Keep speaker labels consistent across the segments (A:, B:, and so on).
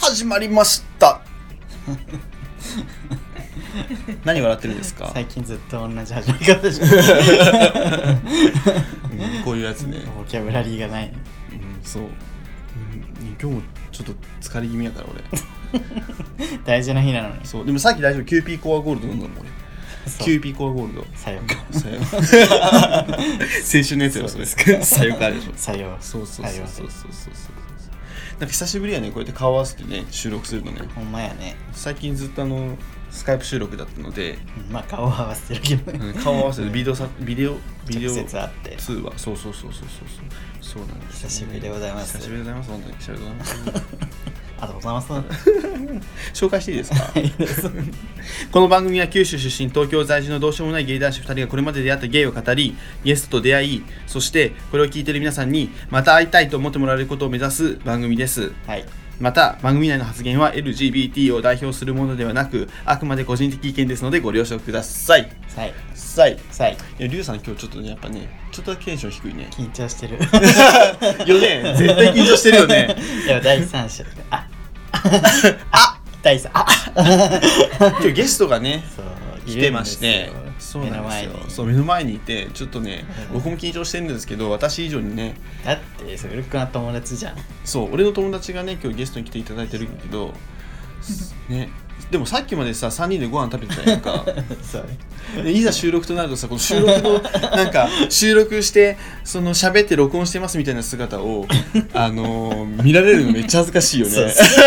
A: 始まりました 何笑ってるんですか、
B: 最近ずっと同じ始まり方じゃん
A: うんこういうやつね、
B: ボキャブラリーがないね
A: うんそう、うん今日もちょっと疲れ気味やから俺
B: 大事な日なのに
A: そうでもさっき大丈夫キューピーコアゴールド飲んだもん俺キューピーコアゴールド
B: さよ
A: さよ青 春のやつよそれさよかでしょ
B: さよ
A: そうそう
B: さ
A: そ
B: よ
A: うそうそうそうそうなんか久しぶりやねこうやって顔合わせてね収録するのね
B: ほんまやね
A: 最近ずっとあのスカイプ収録だったの で
B: うんまあ顔合わせてるけどね
A: 顔合わせでビデオさビデオビデ
B: 直
A: オ
B: 接会って
A: 通話そうそうそうそうそうそうそうなんですよ
B: 久しぶりでございます
A: 久しぶりでございます本当に久しぶりでございます
B: ありがとうございます
A: 紹介していいです かこの番組は九州出身東京在住のどうしようもないゲイ男子2人がこれまで出会ったゲイを語りゲストと出会いそしてこれを聞いている皆さんにまた会いたいと思ってもらえることを目指す番組です
B: はい
A: また番組内の発言は LGBT を代表するものではなくあくまで個人的意見ですのでご了承ください
B: さい
A: さいい
B: さい
A: やリュウさん今日ちょっとねやっぱねちょっとだけテンション低い ね
B: 緊張してる
A: よね絶対緊張してるよ ね
B: でも第三者 ああ第三あ
A: 今日ゲストがね
B: そう
A: 来てまして
B: そう
A: なんですよ
B: 目の前に
A: そう目の前にいてちょっとね
B: うん
A: 僕も緊張してるんですけど私以上にね
B: だってそれくな友達じゃん
A: そう俺の友達がね今日ゲストに来ていただいてるけどねでもさっきまでさ3人でご飯食べてたやんか
B: そうね
A: でいざ収録となるとさこの収録のなんか収録してその喋って録音してますみたいな姿をあのー見られるのめっちゃ恥ずかしいよ
B: そう
A: ね
B: そだ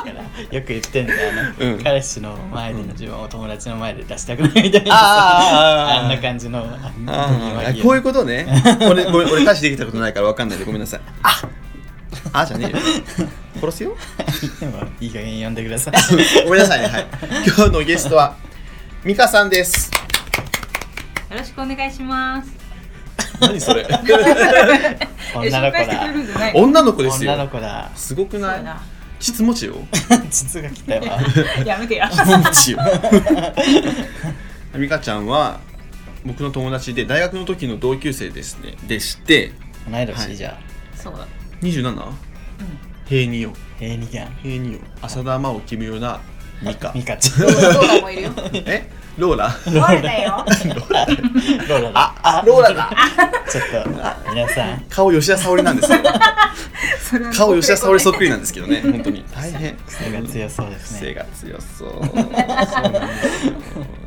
B: からよく言ってんだよね、
A: うん
B: 彼氏の前での自分を友達の前で出したくないみたいな
A: あーあーあー
B: あんな感じのあんな
A: あーこういうことね。俺、ごめん俺歌詞できたことないからわかんないでごめんなさい。ああじゃねえよ。殺すよ。
B: もういい加減呼んでください
A: ごめんなさいね。はい。今日のゲストは、ミカさんです。
C: よろしくお願いします。
A: 何それ
B: 女の
C: え紹
B: 子
C: 介してくれる
B: だ
C: んじゃない。
A: 女の子です
B: 女の
A: よ。
B: 子だ
A: すごく
C: そう
A: な
C: や
A: い
C: な。
A: 質持ちよ。
B: 実が来たわ
C: や めてや。
A: 質持ちよ。ミカちゃんは、僕の友達で、大学の時の同級生ですね。でして、
B: 同い
A: はい
B: 年じゃ、
C: そうだ。
A: 27? 平二よ。
B: 平二やん
A: 平二よ。浅田真央、キムヨナ、ミカ。
B: ミカちゃん
C: ローラもいるよ。
A: えローラ
C: ローラだよ。
B: ローラだ
A: あ、ローラだ
B: ちょっと皆さん
A: 顔吉田沙保里なんです よ
C: それは
A: 顔吉田沙保里そっくりなんですけどね本当に大変
B: 癖が強そうです
A: 癖
B: ね
A: が強そうそうなんですよ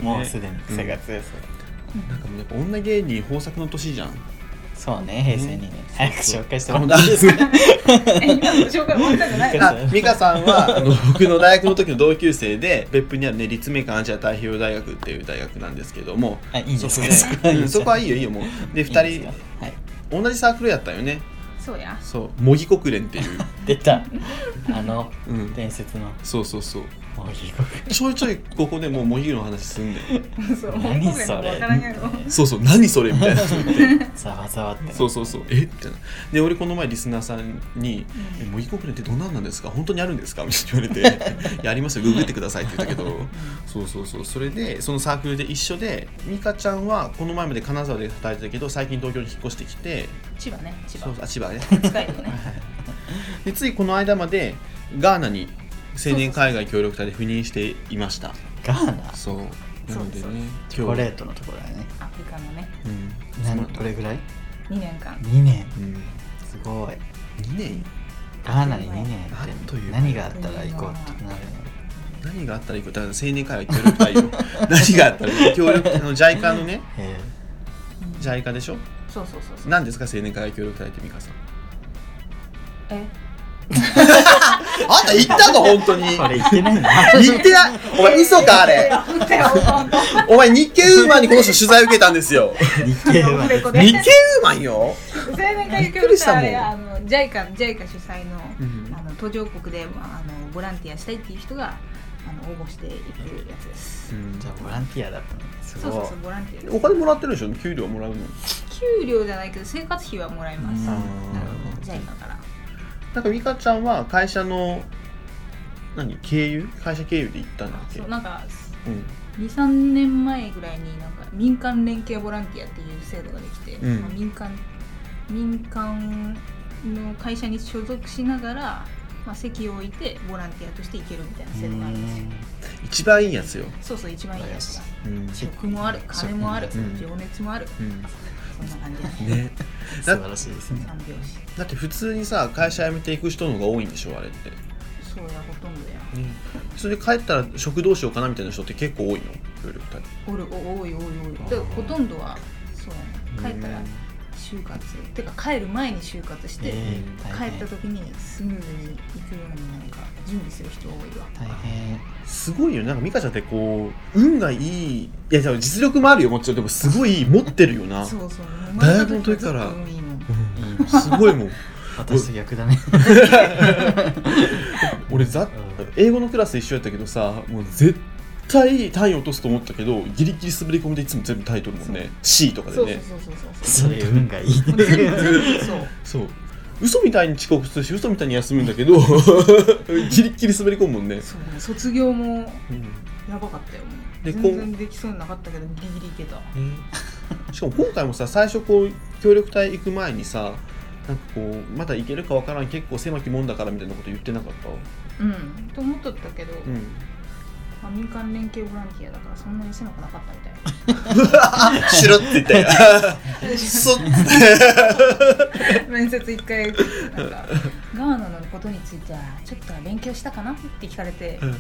B: もうすでに癖が
A: ね
B: 強そう、
A: うんなんかもうやっぱ女芸人豊作の年じゃん
B: そうね平成にね早く紹介してもらって
A: あ
B: いいですか
C: え今の紹介終わったじゃない
B: ミカ
C: の。
A: あ美香さんはあの僕の大学の時の同級生で別府にあるね立命館アジア太平洋大学っていう大学なんですけども
B: あいいんですか
A: そこ,、ね、うんそこはい
B: い
A: いよいいよもうで
B: いんですか
A: 2人
B: はい
A: 同じサークルやったよね
C: そうや。
A: そう模擬国連って いう、
B: 出たあの
A: うん、
B: 伝説の
A: そうそうそう
B: もう地獄
A: ちょいちょいここでもう模擬の話すんだよ
C: そう。もう
B: 何それ
C: わからんやろ。
A: そうそう何それみたいな
B: ざわざわって
A: そうそうそうえみたいなで俺この前リスナーさんに「え模擬国連ってどんなんなんですか本当にあるんですか?」みたいな言われて「 いやありますよググってください」って言った けどそうそうそうそれでそのサークルで一緒で美香ちゃんはこの前まで金沢で働いてたけど最近東京に引っ越してきて
C: 千葉ね。千
A: そう
C: 葉。
A: あ千葉ね
C: 近いよね。
A: でついこの間までガーナに青年海外協力隊で赴任していました
B: ガーナ
A: そうなので
C: そうそう
A: ね
B: チョコレートのところだよね
C: アフリカのね。
A: うん
B: 何どれぐらい
C: 二年間。
B: 2年
A: うん
B: すごい
A: 2年
B: ガーナに2年やっ
A: なん
B: て
A: という
B: 何があったら行こうってなる
A: 何があったらいいかだから青年会は協力隊よ 何があったらいいか協力あの JICA のね
B: のへ
A: JICA でしょ
C: そうそうそうそう。
A: 何ですか青年会は協力隊って美香さん
C: え。
A: あんた行ったの本 当に
B: えこれ行ってないの
A: 行ってないお前嘘かあれ
C: 本当よ本当
A: お前日経ウーマンにこの人取材受けたんですよ
B: 日系は
C: アフレコで
A: 日経ウーマンよ
C: 青年会
A: びっくり
C: 協力
A: したもん
C: 隊あれあの JICA JICA 主催の
A: うん
C: あの途上国でまああのボランティアしたいっていう人があの応募していくやつです。
B: じゃあボランティアだったのす
C: そうそ
B: ご
C: う
B: い
C: そうボランティア
A: お金もらってるでしょ給料もらうの
C: 給料じゃないけど生活費はもらいます
A: あ
C: なる
A: ー
C: ほどじゃあ今から
A: なんか美香ちゃんは会社の何経由会社経由で行ったんだっけ
C: そうなんか
A: うん
C: 23年前ぐらいになんか民間連携ボランティアっていう制度ができて、
A: うん
C: まあ民間民間の会社に所属しながらまあ、席を置いてボランティアとして行けるみたいな制度があるんですよ
A: 一番いいやつよ、
C: そうそう一番いいやつだ
A: うん
C: 職もある金もある、
A: うん
C: 情熱もある
A: うん
C: そんな感じだね
A: ね、
B: 素晴らしいですね
C: 三拍子
A: だって普通にさ会社辞めていく人の方が多いんでしょあれって、
C: そうやほとんどや
A: それで帰ったら食どうしようかなみたいな人って結構多いの協力隊
C: おるお多いおいおいでほとんどはそうやね帰ったら就活てか帰る前に就活して、
B: えー
C: 帰
B: 大
C: った
B: 変
C: 時にスムーズに行くようになんか準備する人多いわ
B: 大変
A: すごいよねなんか美香ちゃんってこう運がいいいやでも実力もあるよもちろんでもすごい持ってるよな、
C: そうそう
A: 大学の時から
C: 生まれた時ずっと運いいもん
A: うんすごいもん
B: 私と逆だね
A: 俺ざ英語のクラス一緒やったけどさもう絶対単位落とすと思ったけどギリギリ滑り込みでいつも全部タイ取るもんね C とか
C: そ
A: で
C: うそう
A: ね
C: そうそうそ
B: それ運がいい う
C: もう全部
B: ね
C: 全部そう
A: そう嘘みたいに遅刻するし嘘みたいに休むんだけ どギリギリ滑り込むもんね、
C: そう卒業も
A: うん
C: やばかったよ
A: で
C: 全
A: こう
C: 然できそうになかったけどギリギリいけた
A: しかも今回もさ最初こう協力隊行く前にさなんかこうまだ行けるかわからん結構狭きもんだからみたいなこと言ってなかった
C: うんと思っとったけど、
A: うん
C: まあ民間連携ボランティアだからそんなに狭くなかったみたい な
A: しろって言 ったよそっ
C: 面接一 回なんかガーナのことについてはちょっとは勉強したかなって聞かれて、
A: うん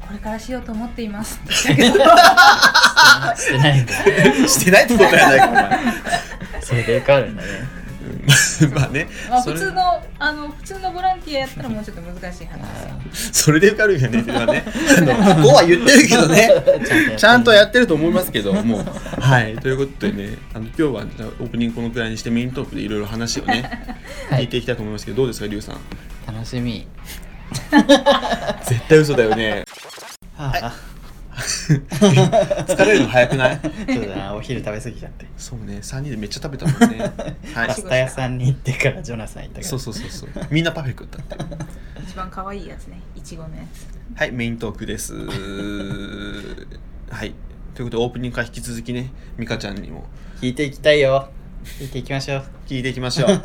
C: これからしようと思っていますって言ったけど
B: してないんだ
A: してないってことやないかお前
B: それで受かるんだね
A: うん まあね
C: ま あ
A: そ
C: 普
A: れ
C: 通のあの普通のボランティアやったらもうちょっと難しい 話よ
A: それで受かるんやねっていうのは ねあのここは言ってるけどねちゃんとやってると思いますけどもうはいということでねあの今日はじゃあオープニングこのくらいにしてメイントークでいろいろ話をね
B: は
A: 聞
B: い
A: いていきたいと思いますけどどうですかリュウさん
B: 楽しみ
A: 絶対嘘だよね
B: は
A: 疲れるの早くない
B: あそうだ なお昼食べ過ぎちゃって
A: そうね3人でめっちゃ食べたも んねは
B: パ
A: い
B: スタ屋さんに行ってからジョナサン行ったから
A: そうそうそうそうみんなパフェ食ったって
C: 一番可愛いやつねいちごのやつ
A: はいメイントークですはいということでオープニングから引き続きね美香ちゃんにも
B: 聞いていきたいよ聞いていきましょう
A: 聞いていきましょ う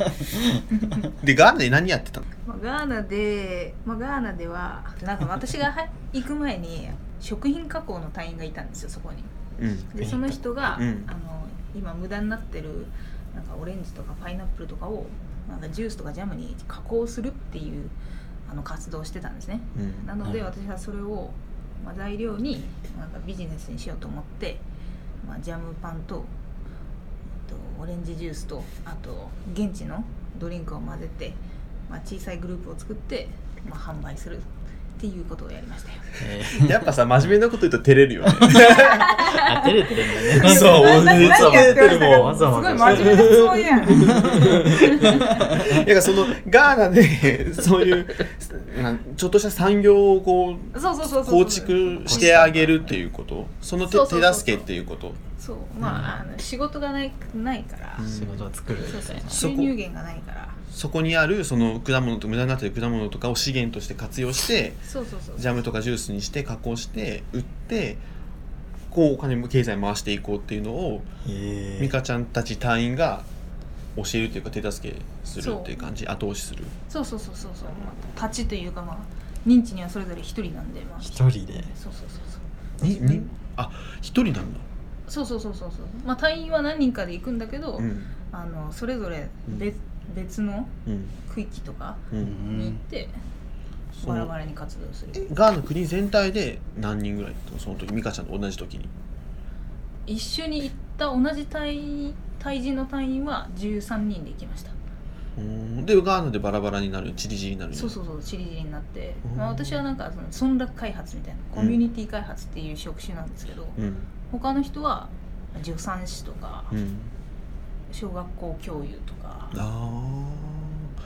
A: でガーナで何やってたの
C: まあ、ガーナで、まあ、ガーナではなんか私がは行く前に食品加工の隊員がいたんですよそこに
A: うん
C: でその人が、
A: うん
C: あの今無駄になってるなんかオレンジとかパイナップルとかをなんかジュースとかジャムに加工するっていうあの活動をしてたんですね
A: うん
C: なので
B: はい
C: 私はそれを、まあ、材料になんかビジネスにしようと思って、まあ、ジャムパンとえっとオレンジジュースとあと現地のドリンクを混ぜて、まあ、小さいグループを作って、まあ、販売するっていうことをやりましたよ。
B: え
A: やっぱさ真面目なこと言うと照れるよ ね
B: ー、あ照れてるん だね
A: そう俺いつも
C: 何やってる
B: もう
C: すごい真面目な質問やん。
A: だからそのガーナでそういうなんちょっとした産業をこう
C: そうそうそうそ
A: 構
C: う。
A: 築してあげるっていうことその手
C: そうそうそう
A: 手助けっていうこと
C: そうまああの仕事がないないから、
A: うん
B: 仕事を作るみ
C: そ
B: た
C: うそう
B: いな
C: 収入源がないから
A: そこにあるその果物と無駄になってる果物とかを資源として活用して
C: そうそうそう
A: ジャムとかジュースにして加工して売ってこうお金も経済回していこうっていうのを
B: へ
A: 美香ちゃんたち隊員が教えるというか手助けするっていう感じ後押しする
C: そうそうそうそうそう、まあ、立ちというかまあ認知にはそれぞれ一人なんでまあそう
B: 一人で
C: そうそうそう
A: ににあ一人なんだ、
C: そうそうそうそうそうまあ隊員は何人かで行くんだけど、
A: うん
C: あのそれぞれ別,、別の
A: うん
C: 区域とか
A: う、
B: うん
C: に行っ
B: ん
C: て、
A: そ
C: バラバ
A: の
C: ラに活動する
A: ガーナ国全体で何人ぐらい行ったのその時美香ちゃんと同じ時に
C: 一緒に行った同じ隊員隊人の隊員は13人で行きました
A: うーんでガーナでバラバラになるチリジリになる
C: そうそうそうチリチリになって、
A: うん
C: まあ、私はなんかその村落開発みたいなコミュニティ開発っていう職種なんですけど、
A: うん
C: 他の人は助産師とか
A: うん
C: 小学校教諭とか
A: あ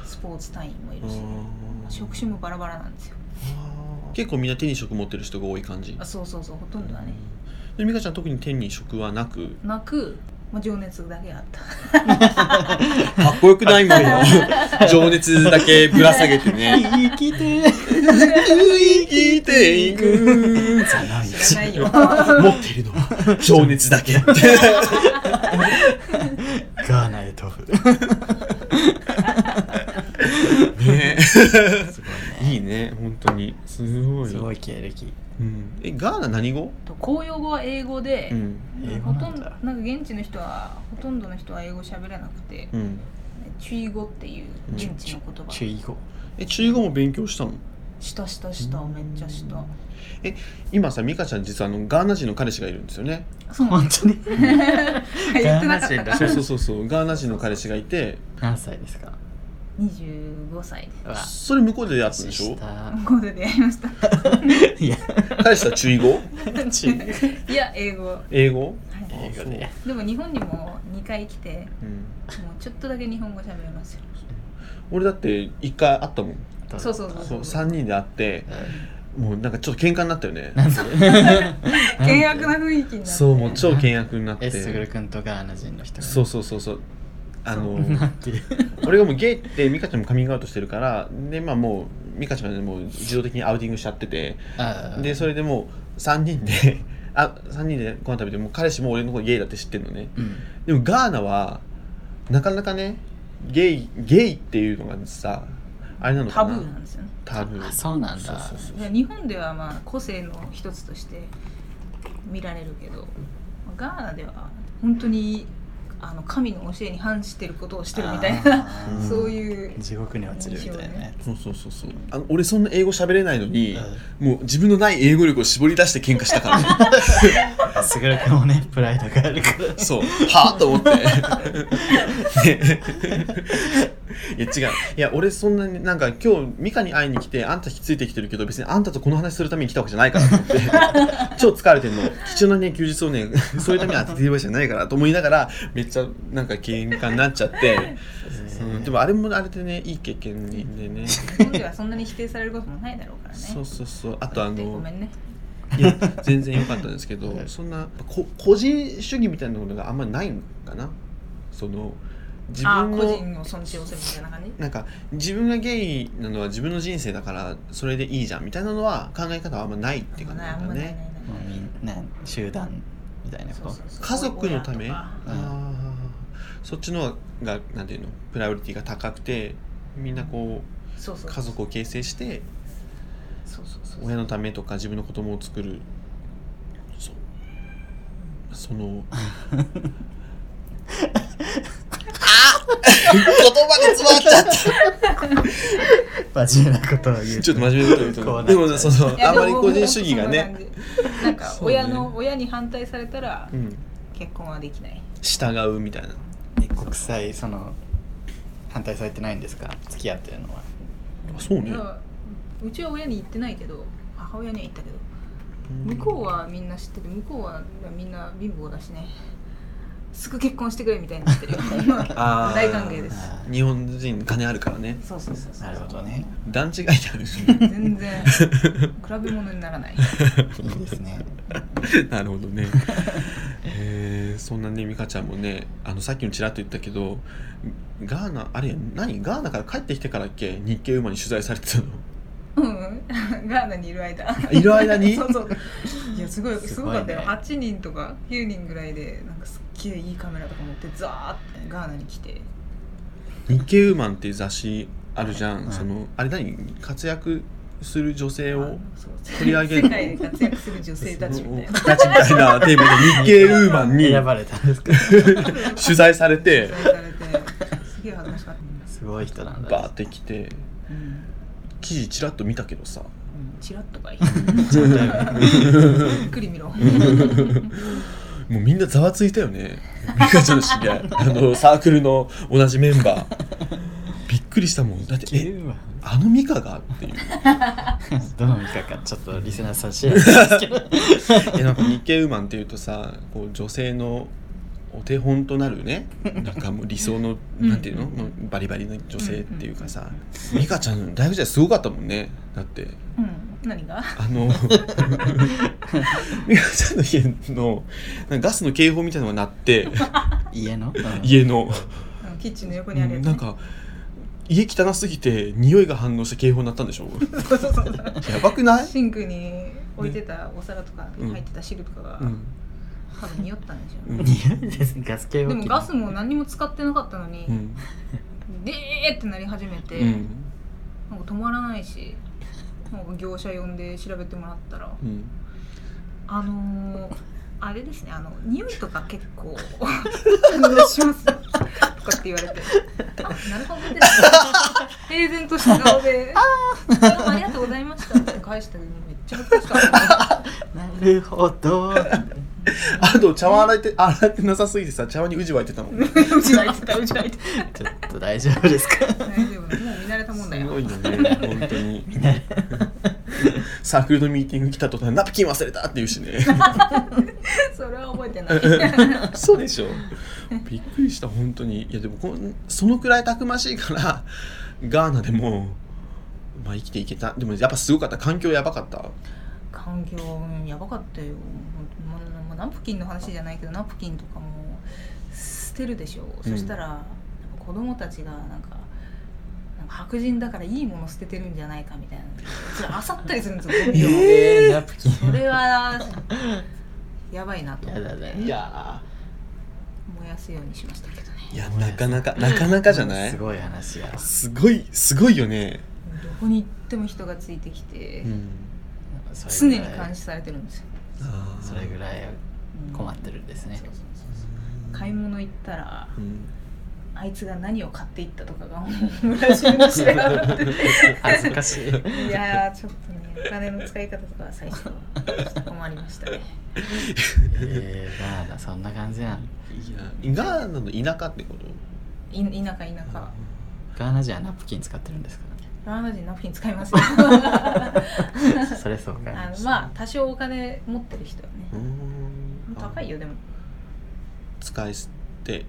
A: ー
C: スポーツ隊員もい
A: あ
C: るし、
A: ー
C: 職種もバラバラなんですよ
A: あー結構みんな手に職持ってる人が多い感じ
C: あそうそうそうほとんどはね
A: で美香ちゃん特に手に職はなく
C: なく、まあ、情熱だけあった
A: かっこよくないもん 情熱だけぶら下げてね
B: 生きて
A: 生きていく
B: ザナイ
C: 知
B: チ
C: らないよ
A: 持っているのは情熱だけ
B: ガーナへ飛ぶ
A: ね
B: すごい
A: いいいね本当にすごい
B: すごい経歴
A: うん、えガーナ何語、
C: と公用語は英語で、
A: うん
B: 英語
C: ほと
B: なん
C: んど
B: だ
C: なんか現地の人はほとんどの人は英語喋れなくて、
A: うん、
C: 中意語っていう現地の言葉
B: 注意語
A: え中語も勉強したの
C: したしたしためっちゃした
A: 今さ美香ちゃん実はあのガーナ人の彼氏がいるんですよね
C: そうな
B: 本
C: ん
B: 当に
C: 言ってなかっ
B: ガーナ人
C: た
B: だ
A: そう
C: か
A: そうそうそうガーナ人の彼氏がいて
B: 何歳ですか
C: 25歳で
B: うわ
A: それ向こうで出会ったんでしょ
B: 下
C: コードでやりました
B: いや
A: 彼氏は中語
B: 注意語
C: いや英語、はい、
A: 英語、
B: 英語で
C: でも日本にも2回来て
A: うん、
C: もうちょっとだけ日本語喋れますよ
A: 俺だって一回会ったもん
C: そうそうそう
A: そう3人で会って
B: う
A: もうなんかちょっと喧嘩になったよね
B: んなんで
C: 険悪な雰囲気になって
A: そうもう超険悪になっ
B: えすぐる
A: て
B: くんとガーナ人の人が
A: そうそうそうそうあの
B: なんていう
A: 俺がもうゲイって美香ちゃんもカミングアウトしてるからでまあもう美香ちゃんがもう自動的にアウティングしちゃってて
B: あー
A: でそれでもう3人であ三人でご飯食べてもう彼氏も俺のことゲイだって知ってるのね
B: うん
A: でもガーナはなかなかねゲイゲイっていうのがさあれなの
C: タ
A: か
C: ブ
A: な
C: ーなんですよね
A: タブー
B: あそうなんだ
A: そうそう
C: いや日本ではまあ個性の一つとして見られるけどガーナでは本当にあの神の教えに反してることをしてるみたいな
B: あ
A: ー
C: そういう
B: 地獄に落ちるみたいなやつ
A: そうそうそうそうあの俺そんな英語喋れないのに、もう自分のない英語力を絞り出して喧嘩したから、ね、
B: うんすぐるくんもねプライドがあるから
A: そうはあと思って ねいや違ういや俺そんなになんか今日ミカに会いに来てあんた引きついてきてるけど別にあんたとこの話するために来たわけじゃないからと思って 超疲れてんの貴重なね休日をねそういうために当ててる場合じゃないからと思いながらめっちゃなんか喧嘩になっちゃ って、うん、でもあれもあれでねいい経験 でね
C: 日本ではそんなに否定されることもないだろうからね
A: そうそうそうあとあ
C: でご
A: の
C: めんね
A: いや全然良かったんですけど
B: はい
A: そんなこ個人主義みたいなものがあんまりないのかなその自
C: あ
A: 分
C: 個
A: の
C: 人を尊重するみたいな感じ
A: なんか自分がゲイなのは自分の人生だからそれでいいじゃんみたいなのは考え方はあんまないって感じ
C: あ
A: なん
C: んま
A: だ
C: ないないな
A: ね。
C: い
B: もうみんな集団みたいな
C: そ
B: こ
C: う
B: と
C: そうそう
A: 家族のため
C: 親とか
B: うん
A: あーそっちのがなんていうのプライオリティが高くてみんなこう
C: そうそう
A: 家族を形成して
C: そうそうそう
A: 親のためとか自分の子供を作るそうそのあ言葉で詰まっちゃった
B: 真面目なことを言う
A: ちょっと真面目なこと言う
B: こう
A: と
B: なっ
A: で
B: ちゃう
A: もその
C: いや
A: あんまり
C: でも
A: 個人主義が
C: も
A: ね
C: うそんな感じなんか親の、
A: そうね
C: 親に反対されたら
A: うん
C: 結婚はできない
A: 従うみたいな
B: え国際その反対されてないんですか付き合ってるのは
A: あそうね
C: だからうちは親に言ってないけど母親には言ったけど
A: うん
C: 向こうはみんな知ってる向こうはみんな貧乏だしねすぐ結婚してくれみたいになっ てるよ
A: あー
C: 大歓迎です
B: あ
A: 日本人金あるからね
C: そうそうそうそう
B: なるほどね
A: 段違いであるし
C: 全然比べ物にならない
B: ーいいですね
A: なるほどねへえそんなね美香ちゃんもねあのさっきもちらっと言ったけどガーナあれ何ガーナから帰ってきてからっけ日系馬に取材されてた の
C: うん ガーナにいる間
A: いる間に
C: そうそういやすごいす
B: す
C: ご
B: ごいね
C: かったよ、8人とか9人ぐらいでなんかすっげえいいカメラとか持ってザーってガーナに来て
A: 日系ウーマンっていう雑誌あるじゃん、
B: はい
A: そのあれ何活躍する女性
C: あ
A: を
C: のそう
A: 取り上げる
C: 世界で活躍する女性たちみた いな
A: たちみたいなテーマで日系ウーマン に
B: 選ばれたんですか
A: 取材されて
C: 取材されてすげえ恥ずかしかったんです、
B: すごい人なんだ
A: バーって来て
C: うん
A: 記事ちらっと見たけどさ
C: うん、チラッとかい
B: ちゃんとやる
C: ゆっくり見ろ
A: もうみんなざわついたよね美香ちゃんの知り合いあのサークルの同じメンバーびっくりしたもんだってえ
B: 9番
A: あの美香がっていう
B: どの見かかちょっとリスナーさん知らないですけど
A: えなんか日系ウーマンっていうとさこう女性のお手本となるねなんかもう理想の
C: うん
A: なんていうのもうバリバリの女性っていうかさ美香ちゃん大学時代すごかったもんねだって
C: うん何が
A: あの 美香ちゃんの家のなんかガスの警報みたいなのが鳴 って
B: 家の、うん
A: 家の
C: うんキッチンの横にあるやつ、ね、
A: なんか家汚すぎて匂いが反応して警報鳴ったんでしょ
C: そうそうそう
A: やばくない、
C: シンクに置いてたお皿とかに入ってた汁とかが、
A: うん
C: 多分匂ったんでし
A: う
C: ょう、
A: ん
B: 匂いですガス系
C: でもガスも何も使ってなかったのに、
A: うん
C: でーってなり始めて、
A: うん
C: なんか止まらないしもう業者呼んで調べてもらったら
A: うん、
C: あのーあれですねあの匂いとか結構反応しますとかって言われてあなるほどです平然とした顔で「ああありがとうございました」って返したけどめっちゃ恥ずかしかった
B: なるほど。
A: あと茶碗洗って洗ってなさすぎてさ茶碗にうじ湧いてたもんね
C: うちらいてたうちらいて
B: ち
C: た
B: ょっと大丈夫ですか。
C: 大丈夫もう見慣れたもんだ
A: す
C: よ
A: ごいよね本当にサークルのミーティング来た途端ナプキン忘れたって言うしね
C: それは覚えてない
A: そうでしょびっくりした本当にいやでもこんそのくらいたくましいからガーナでもまあ生きていけたでもやっぱすごかった環境やばかった
C: 環境うんやばかったよもうもうもうナプキンの話じゃないけどナプキンとかも捨てるでしょ、
A: うん
C: そしたらなんか子供たちがなんかなんか白人だからいいもの捨ててるんじゃないかみたいなそれあさったりするんですよゴミを
B: えー、ナプキン。
C: それはやばいなと思
B: や
C: っ
B: だ
C: て
B: ね。いや
C: 燃やすようにしましたけどね
A: いやなかなかなかなかじゃない
B: すごい話や。
A: すごいすごいよね、
C: どこに行っても人がついてきて、
A: うん、
C: 常に監
B: 感
C: 視されてるんですよ、
A: あー
B: それぐらい
C: うん
B: 困ってるんですね
C: そう。そうそう買い物行ったら
A: うん
C: あいつが何を買っていったとかがもう村中の知れ渡って
B: 恥ずかしい。
C: いやーちょっとねお金の使い方とかは最初ちょっと困りましたね
B: えー、ガーナそんな感じなん
A: いやガーナの田舎ってこと
C: い田舎田舎
B: ガーナ人はナプキン使ってるんですか
C: ガーナ人ナプキン使 いますよ
B: ね。それそうか。
C: あのまあ多少お金持ってる人は
A: うー
C: ね
A: ん
C: 高いよでも
A: 使い捨て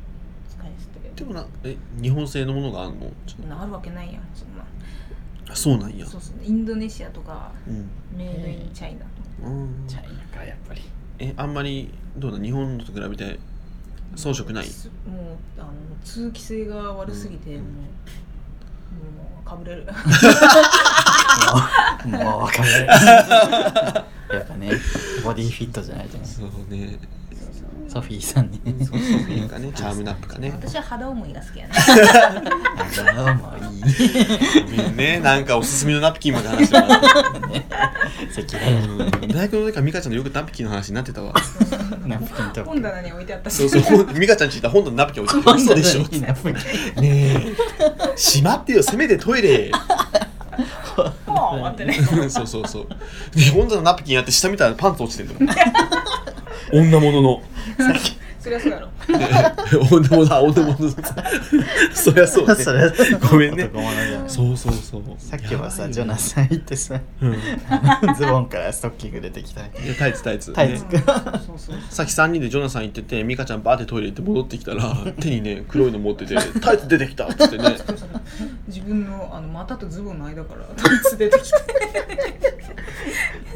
C: 使い捨て
A: でもなえ日本製のものがあるのちょっ
C: あるわけないやんそんな
A: とあそうなんや
C: そうそうインドネシアとか
A: うん
C: メイドインチャイナ
A: うん
B: チャイナかやっぱり。
A: えあんまりどうだ日本のと比べて遜色ない
C: すもうあの通気性が悪すぎて、
A: うん
C: もうもうかぶ れる
B: もうもうわかる。 やっぱね、ボディフィットじゃないとね。
A: そうね
B: ソフィーさんに。
A: そうそういいか ねチャームナップかね
C: 私は肌思いが好きやね
B: あもういい。
A: ごめんねなんかおすすめのナプキンまで話してもらって
B: 赤
A: うん大学の時から美香ちゃんのよくナプキンの話になってたわ
B: ナプキンと。
C: 本棚に置いてあったし
A: そうそう ほん美香ちゃんち行ったら本当にナプキン置いてる嘘でしょ
B: ナプキン。
A: ねえしまってよせめてトイレ
C: もう待ってね
A: そうそうそうで本座のナプキンやって下見たらパンツ落ちてんだもん女物の
C: そりゃそうやろ
A: ね 女物だ女物 のそりゃそうね
B: それ
A: ごめんね
B: 男物じゃん
A: そうそうそう
B: さっきは
A: やば
B: さ、
A: いよ
B: ジョナサン行って さ、
A: うんい
B: ズボンからストッキング出てきた。
A: やタイツタイツ
B: タイツ
A: ね
C: そうそう
A: さっき3人でジョナサン行ってて美香ちゃんバーってトイレ行って戻ってきたら手にね黒いの持ってて「タイツ出てきた」っつってね
C: 自分のあの股とズボンの間から タイツ出てきて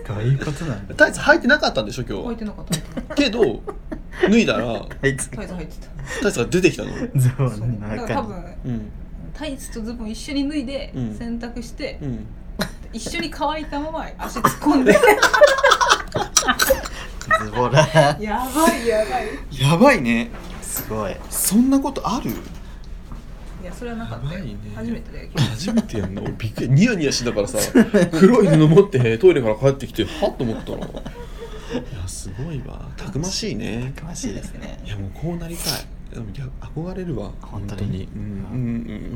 B: どういうことなんだ
A: タイツ履いてなかったんでしょ
C: 履い
A: 今
C: てなかった
A: 日けど脱いだら
B: あいつ
C: タイツ履いてた
A: タイツが出てきたの
B: ズボ
C: そう
B: ンの
C: だから
B: 中
C: 多
B: に。
C: 分
A: うん
C: タイツとズボン一緒に脱いで
A: うん
C: 洗濯して、
A: うん
C: 一緒に乾いたまま足突っ込 んで
B: ズボラ。
C: やばいやばい
A: やばいね
B: すごい。
A: そんなことある
C: いやそれはなかったよ、
A: やばいね
C: 初めてだよ
A: 初めてやんな俺びっくりニヤニヤしながらさ黒い布持ってトイレから帰ってきてはっと思ったのいやすごいわたくましいね
B: かましいですね
A: い。やもうこうなりたいでも逆憧れるわ
B: 本当に
A: うんうん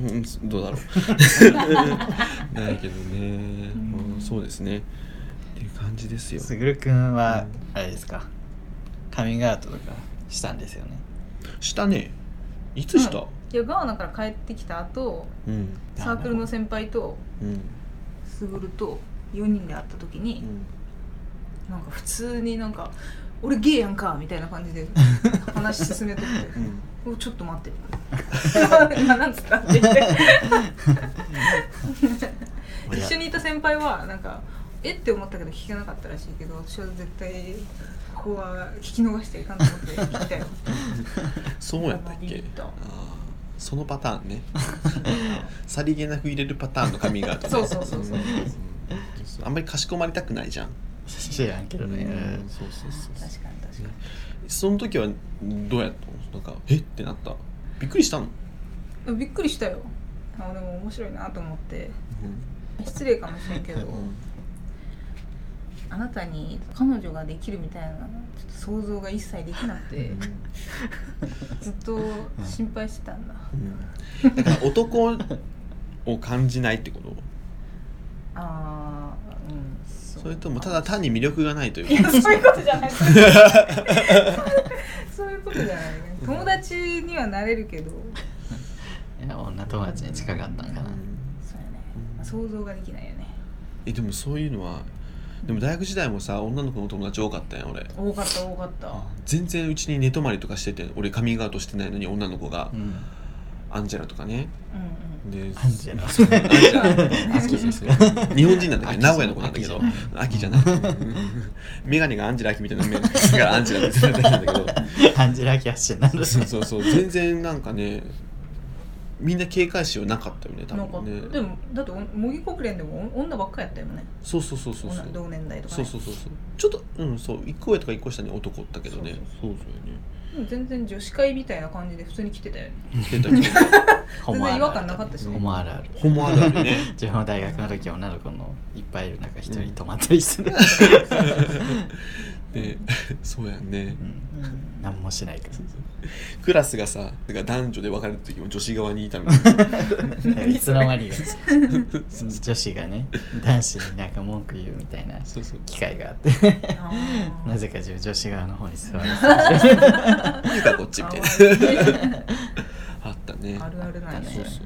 A: うんうんどうだろ うないけどね、
C: ん
A: うん、そうですねっていう感じですよ
B: すぐるくんは、あれですか、カミングアウトとかしたんですよね。
A: したねいつした
C: いやガーナから帰ってきた後
A: うん
C: サークルの先輩と
A: うん
C: スグルと4人で会った時に、なんか普通になんか「俺ゲイやんか」みたいな感じで話進めとって
A: うんうん
C: 「おちょっと待って」今なんつったって 言って
B: 俺は
C: 一緒にいた先輩はなんか「えっ?」て思ったけど聞けなかったらしいけど私は絶対ここは聞き逃してはいかんと思って聞いたよ
A: そうやったっ
C: や
A: け
C: っぱりいた
A: あーそのパターンね さりげなく入れるパターンの髪型、ね、
C: そうそうそう
A: そ
C: そうん
A: うあんまりかしこまりたくないじゃん、
B: 知らんけどね。うん
A: そうそうそうそう
C: 確かに確かに
A: その時はどうやったのなんかえってなったびっくりしたの、
C: でもびっくりしたよあでも面白いなと思って失礼かもしれんけどあなたに彼女ができるみたいなちょっと想像が一切できなくてずっと心配してたんだ
A: うんだから男を感じないってこと
C: ああうんそ
A: それともただ単に魅力がないという
C: い
A: か
C: や そういうことじゃない。 そういうことじゃないね。友達にはなれるけど、
B: いや女友達に近かったんかな
C: そうやね。まあ想像ができないよね。
A: えでもそういうのはでも大学時代もさ女の子の友達多かったやん俺
C: 多かった多かった。
A: 全然うちに寝泊まりとかしてて俺カミングアウトしてないのに女の子が、
B: うん
A: アンジェラとかね
C: うんうん。
A: で
B: アンジェラ
A: そうアンジェラ
C: 秋じ
A: そ
C: ゃない
A: うそうそう日本人なんだけど名古屋の子なんだ
B: 秋
A: け
B: じゃ
A: ど
B: ない
A: 秋じゃないメガネがアンジェラ秋みたいなメガネがアンジェラって言ってたんだけど
B: アンジェラ・キャッシュになる
A: そうそうそう全然なんかねみんな警戒心はなかったよね多
C: なんか、
A: 分
C: で
A: ね
C: もだってお模擬国連でも女ばっかやったよね。
A: そうそうそうそうそう
C: 同同年代とか、
A: そ
C: ね。
A: うそうそうそうちょっとうんそう1個上とか1個下に男おったけどねそうそうよね
C: でも全然女子会みたいな感じで普通に来てたよ ね。
A: 出たけど
B: ホモあるある
C: 全然違和感なかったしね
B: ホモあるある
A: ホモあるあるね
B: 自分も大学の時女の子のいっぱいいる中一人泊まったりしてる、
A: で そうやんね
B: うん、
C: うん。
B: 何もしないから
A: クラスがさだから男女で分かれた時も女子側にいたみたいな
B: いつの間にか 女子がね男子になんか文句言うみたいな
A: そう そう
B: 機会があって
C: あー
B: なぜか自分女子側の方に座る
A: 何かこ っちみたいな
C: 淡い
A: あったね
C: あるあるなんやね。
A: そうそうそう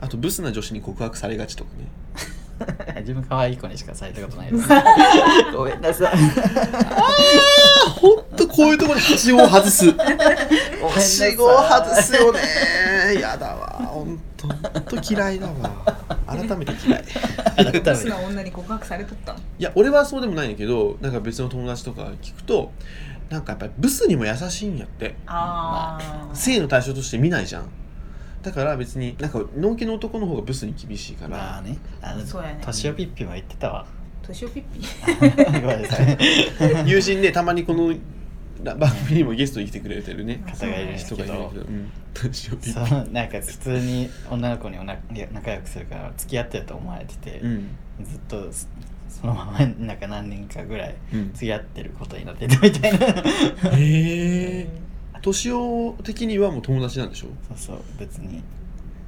A: あとブスな女子に告白されがちとかね
B: 自分可愛い子にしかされたことないですごめんなさい
A: あほんとこういうところにはしごを外 すはしごを外すよねやだわほんとほんと嫌いだわ改めて嫌い
B: 改めて
C: ブスな女に告白されとったの。
A: いや俺はそうでもないんやけどなんか別の友達とか聞くとなんかやっぱりブスにも優しいんやって
C: ああ。
A: 性の対象として見ないじゃんだから別になんかのんきの男の方がブスに厳しいから、
B: まあねあの
C: そうやね
B: トシオピッピも言ってたわ
C: 年をピッピ。
B: ごめんなさい
A: 友人でたまにこのら番組にもゲストに来てくれてるね
B: 方がいるんです
A: 人
B: け
A: がいる
B: ど
A: けど、うん、年をピッ
B: そ
A: ピ
B: うなんか普通に女の子におな仲良くするから付き合ってると思われてて、
A: うん
B: ずっとそそのままなんか何年かぐらい
A: うん
B: 付き合ってることになってたみたいな
A: へえ年を的にはもう友達なんでしょ
B: そうそう別に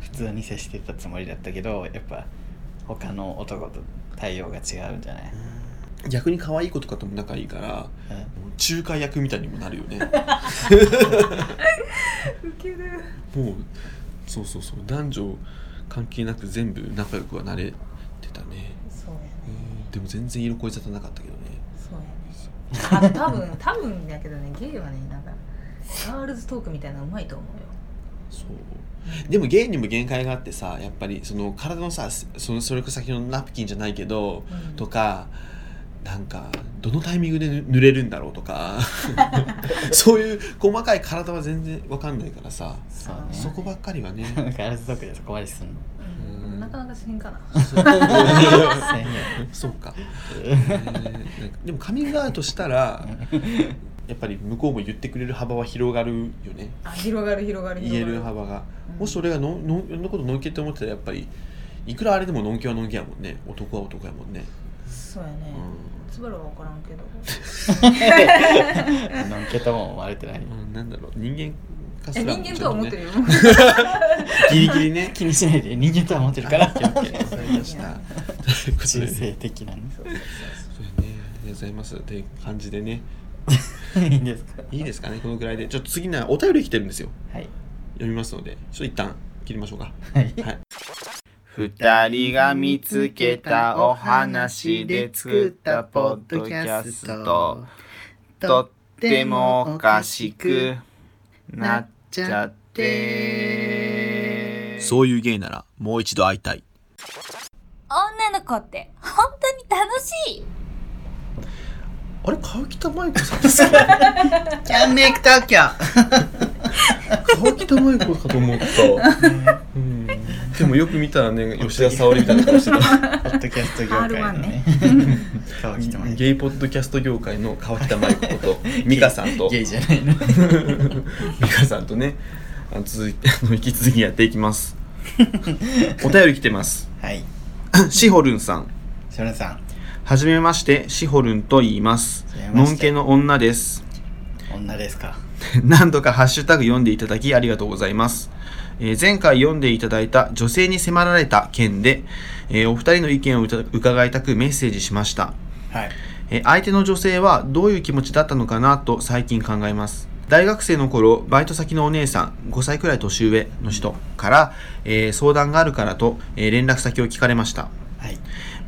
B: 普通に接してたつもりだったけどやっぱ他の男と対応が違うんじゃない、
A: 逆に可愛い子とかとも仲いいから仲介役みたいにもなるよ ね
C: ウケる。
A: もうそうそうそう男女関係なく全部仲良くはなれてたね
C: そうやね。
A: でも全然色恋沙汰なかったけどね
C: そうやね。あ多分多分だけどね、ゲイはね、なんかガールズトークみたいなのうまいと思うよ。
A: そうでもゲイにも限界があってさやっぱりその体のさそのそれこそ先のナプキンじゃないけど、
C: うん
A: とかなんかどのタイミングでぬ濡れるんだろうと かそういう細かい体は全然わかんないからさ
B: そうね
A: そこばっかりはね
B: うん、ガラストークでそこまですんの
C: うんなかなかせんかな。
B: せんよ
A: そうか、えーなんかでもカミングアウトしたらやっぱり向こうも言ってくれる幅は広がるよね
C: あ広がる広がる
A: 言え
C: 広が
A: る
C: る。
A: 幅が、
C: うん
A: もし俺がのののことのんけって思ってたらやっぱりいくらあれでものんけはのんけやもんね男は男やもんね、
C: そうやね。つばらは分からんけど。
B: のんけとも思われてな
A: う
B: い
A: んうんなんだろう人間か
C: え
A: すら
C: 人間とは思ってる
A: よ
C: よ。
A: ギリギリね
B: 気にしないで人間とは思ってるから
A: オッケーオッケーわかりましたということ
B: 中
A: でそう
B: 性的なね
A: やねありがとうございますって感じでね
B: いいんですか
A: いいですかねこのぐらいでちょっと次のお便り来てるんですよ
B: はい
A: 読みますのでちょっと一旦切りましょうか
B: はい
A: はい
D: 二人が見つけたお話で作ったポッドキャストとってもおかしくなっちゃって
A: そういう芸ならもう一度会いたい
E: 女の子って本当に楽しい
A: あれ川北舞子さんですか
B: キャンメイク東京
A: 川北舞子かと思った、うん、でもよく見たらね吉田沙保里みたいな顔して た
B: ポッドキャスト業界のね 顔来てもらえ
A: ゲイポッドキャスト業界の川北舞子こと美香さんと
B: ゲ イじゃないの
A: 美香さんとねあの続いてあの引き続きやっていきますお便り来てます
B: はい
A: しほるんさん
B: しょるんさん
A: はじめまして、しほるんと言います
B: はじめ。ま
A: の
B: して
A: んけの女です。
B: 女ですか
A: 何度かハッシュタグ読んでいただきありがとうございます。えー前回読んでいただいた女性に迫られた件で、えーお二人の意見をうた伺いたくメッセージしました。
B: はい
A: えー相手の女性はどういう気持ちだったのかなと最近考えます大学生の頃バイト先のお姉さん5歳くらい年上の人から、えー相談があるからと、えー連絡先を聞かれました
B: はい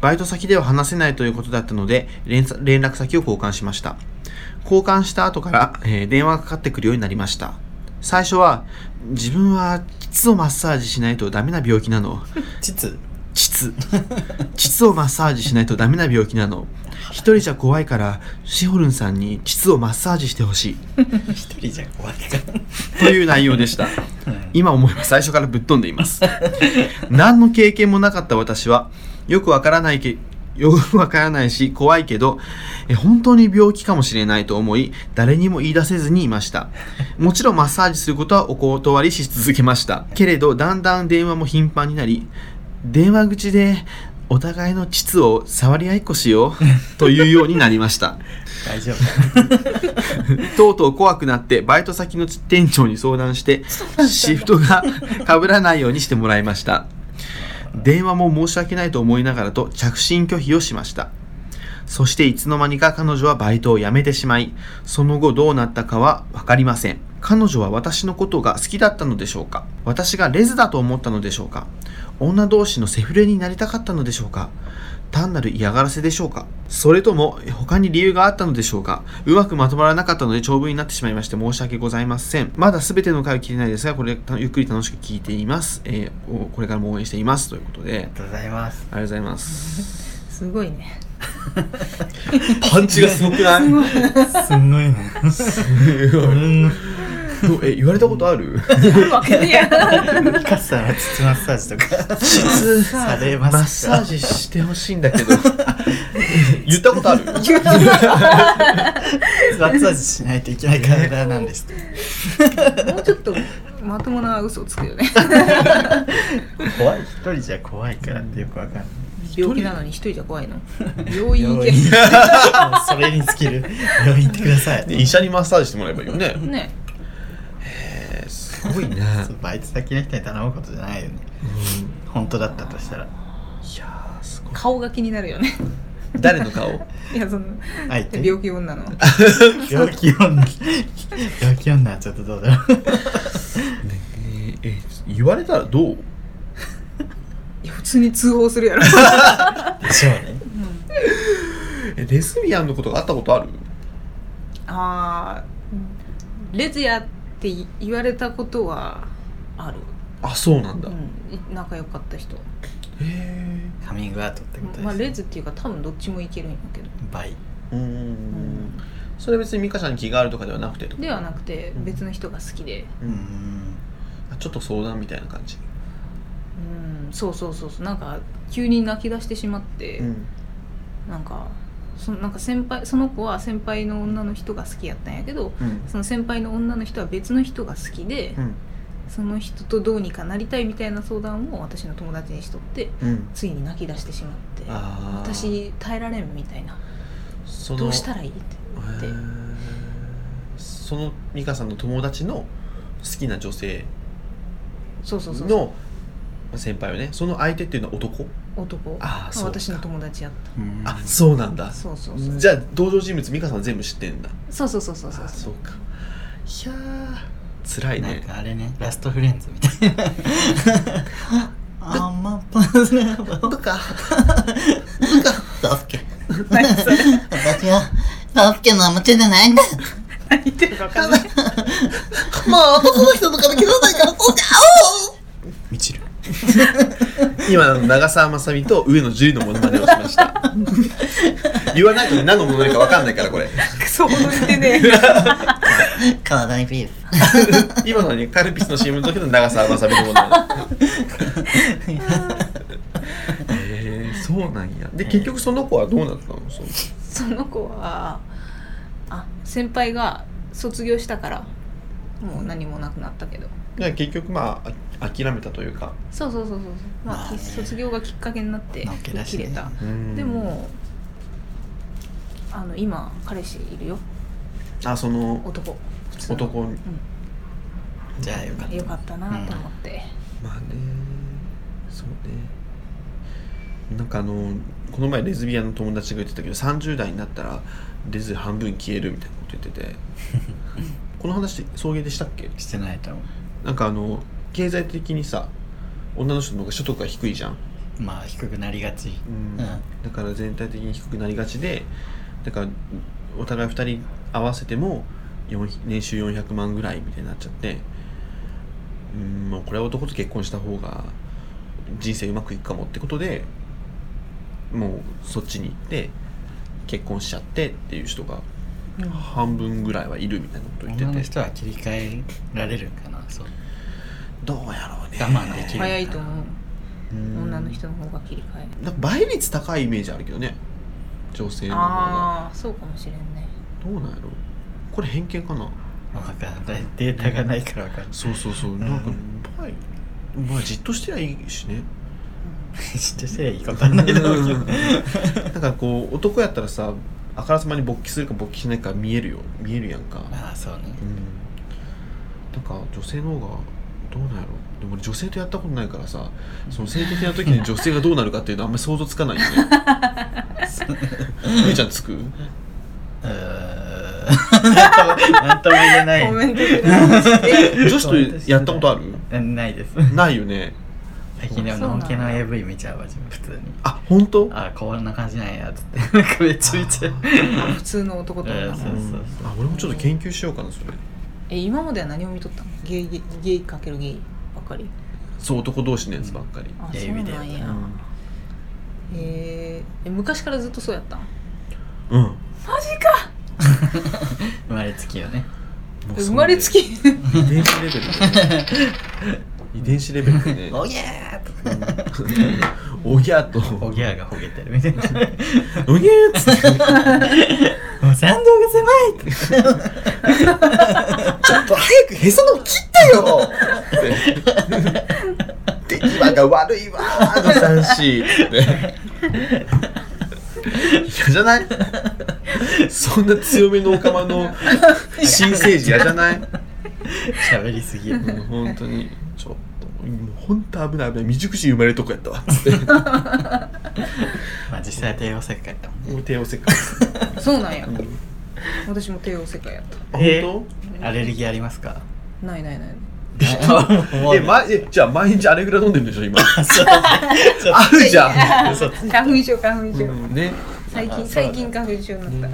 A: バイト先では話せないということだったので連さ連絡先を交換しました交換した後から、えー電話がかかってくるようになりました最初は自分は膣をマッサージしないとダメな病気なの
B: 膣
A: 膣膣をマッサージしないとダメな病気なの一人じゃ怖いからシホルンさんに膣をマッサージしてほしい
B: 一人じゃ怖いか
A: という内容でした
B: らうん
A: 今思えば最初からぶっ飛んでいます何の経験もなかった私はよくわからないけよくわからないし怖いけどえ本当に病気かもしれないと思い誰にも言い出せずにいましたもちろんマッサージすることはお断りし続けましたけれどだんだん電話も頻繁になり電話口でお互いの膣を触り合いっこしようというようになりました
B: 大丈夫
A: とうとう怖くなってバイト先の店長に相談してシフトが 被らないようにしてもらいました電話も申し訳ないと思いながらと着信拒否をしましたそしていつの間にか彼女はバイトを辞めてしまいその後どうなったかは分かりません彼女は私のことが好きだったのでしょうか私がレズだと思ったのでしょうか女同士のセフレになりたかったのでしょうか単なる嫌がらせでしょうかそれとも他に理由があったのでしょうかうまくまとまらなかったので長文になってしまいまして申し訳ございませんまだ全ての回を聞いてないですがこれゆっくり楽しく聞いています、えーおこれからも応援していますということであり
B: ありがとうございます
A: がとうございます
C: すごいね
A: パンチがすごくない
B: すんごいねうん
A: どうえ言われたことある
C: あるわけね
B: カッサーは膣マッサージとか
A: 膣
B: され
A: マ
B: ますか
A: ッサージしてほしいんだけ ど言ったことある
B: マッサージしないといけない体なんですって
C: えもうちょっとまともな嘘をつくよね
B: 怖い一人じゃ怖いからってよくわかんない
C: 病気なのに一人じゃ怖いの病院行
B: 病院それに尽 きる病院行ってください、
A: ね医者にマッサージしてもらえばいいよね
C: けね
A: えーすごいね
B: そうバイト先の人に頼むことじゃないよね本当だったとしたら
A: いやーすごい
C: 顔が気になるよね
A: 誰の顔
C: いやその
B: 相手
C: 病気女の
B: 病気女病気女はちょっとどうだろう
A: ええ言われたらどう
C: いや普通に通報するやろ
B: でしょうね
A: えレズビアンのことがあったことある
C: あーレズやって言われたことはある、
A: あそうなんだ、
C: うん、仲良かった人、
A: へ
B: カミングアウトってことです、
C: まあ、レズっていうか多分どっちもいけるんやけど
B: バイ
A: えうんそれ別に美香ちゃんに気があるとかではなくてと
C: ではなくて別の人が好きで、
B: うーん
A: あちょっと相談みたいな感じ、
C: うん、そうそうそうそうなんか急に泣き出してしまって、
A: ん、
C: なんかそなんか先輩その子は先輩の女の人が好きやったんやけど
A: うん
C: その先輩の女の人は別の人が好きで、
A: うん
C: その人とどうにかなりたいみたいな相談を私の友達にしとって
A: うん
C: ついに泣き出してしまって
A: あー
C: 私耐えられんみたいな
A: その
C: どうしたらいいって言って
A: へーその美香さんの友達の好きな女性
C: そうそうそう
A: の先輩よねその相手っていうのは男
C: 男
A: あーそうか
C: 私の友達やっ
A: あそうなんだ
C: たそうそうそう
A: じゃあ登場人物美香さん全部知ってんだ
C: そうそうそうそうそう
A: あそうかいやー辛い
B: なん
A: ね
B: かあれねラストフレンズみたいなあんまパンスナバ
A: とか
B: 助け私は助けの持ちじゃないんだ
C: 何言ってるか分かんない
B: もう男の人とかで切らないからそうじゃおうみちる
A: 今の長澤まさみと上野樹里のモノマネをしました言わないと何のモノマネか分かんないからこれ
C: クソほど言って ね
B: 体にビール
A: 今のはねカルピスの CM の時の長澤まさみのモノマネへえそうなんやで結局その子はどうなったのその
C: その子はあ先輩が卒業したからもう何もなくなったけど
A: じゃあ結局まああ諦めたというか
C: そうそうそうそうまあ、
B: まあね
C: 卒業がきっかけになって
B: のっけだしね
C: 切れた
A: うん
C: でもあの今彼氏いるよ
A: あその
C: 男普通の
A: 男に
B: じゃあよかった
C: よかったなと思って、
A: まあねそうねなんかあのこの前レズビアンの友達が言ってたけど30代になったらレズ半分消えるみたいなこと言っててこの話送迎でしたっけ
B: してないと思
A: なんかあの経済的にさ女の人の方が所得が低いじゃん、
B: うまあ低くなりがちうん
A: だから全体的に低くなりがちでだからお互い2人合わせても4年収400万ぐらいみたいになっちゃってうんもうこれは男と結婚した方が人生うまくいくかもってことでもうそっちに行って結婚しちゃってっていう人が
C: うん
A: 半分ぐらいはいるみたいなこと言って
B: 女の
A: て、
B: 人は切り替えられるかなそう
A: どうやろうね
B: 我慢できる
C: 早いと思う
A: うん
C: 女の人の方が切り替え
A: なんか倍率高いイメージあるけどね女性の方が
C: ああそうかもしれんね
A: どうなんやろこれ偏見かな
B: わかんないデータがないからわかんない
A: そうそうそうなんか倍まあじっとしてりゃいいしね
B: 知ってせえいいことはないだろうけど
A: なんかこう男やったらさあからさまに勃起するか勃起しないか見えるよ見えるやんか
B: ああそうね
A: うんなんか女性の方がどうなんやろでも俺女性とやったことないからさその性的な時に女性がどうなるかっていうのはあんまり想像つかないよね ゆうちゃんつく
B: うーんなんともなんとも言えない
C: コメントください
A: 女子とやったことある
B: うんないです
A: ないよね
B: 最近でも
C: そう
B: の
C: なん
B: ん
C: だ
B: けの AV 見ちゃうわ自分普通に
A: あ本当
B: ああこんな感じなんやつってなんかめっちゃ見ちゃう
C: 普通の男と女
B: うん
C: の
B: そうそうそう
A: あ俺もちょっと研究しようかなそれ
C: え今までは何を見とったのゲイゲイゲイかけるゲイばっかり
A: そう男同士のやつばっかり、
C: あ
B: ゲ
C: そ
B: イ
C: う
B: みたいな
C: なんや、えーえ昔からずっとそうやったん
A: うん、
B: 生まれつきよね
A: もうそ
C: 生
A: んな
C: まれつき
A: 遺伝子レベルだね遺伝子レベルでね
B: おぎゃーとか
A: おぎゃーと
B: おぎゃーがほげてるみた いな
A: おぎゃーっつって
B: もう参道が狭いって
D: ちょっと早くへその緒切ってよ手際が悪いわ
A: あの三四って嫌じゃないそんな強めのお釜の新生児嫌じゃない
B: 喋りすぎる
A: もう本当にちょっともう本当危ない危ない未熟児生まれるとこやったわつって
B: まあ実際帝王切開だもんね
A: もう帝王切開
C: そうなんや私も帝王世界やった
A: あ
B: え
A: 本
B: アレルギーあります か
C: ないないない
A: 当え、ま、えじゃあ毎日あれぐらい飲んでるんでしょ今あるじゃん、
B: 嘘
C: 花粉症花粉症、
A: うん、ね
C: 最
B: あそう
C: 近
B: だ
C: 最近花粉症になっ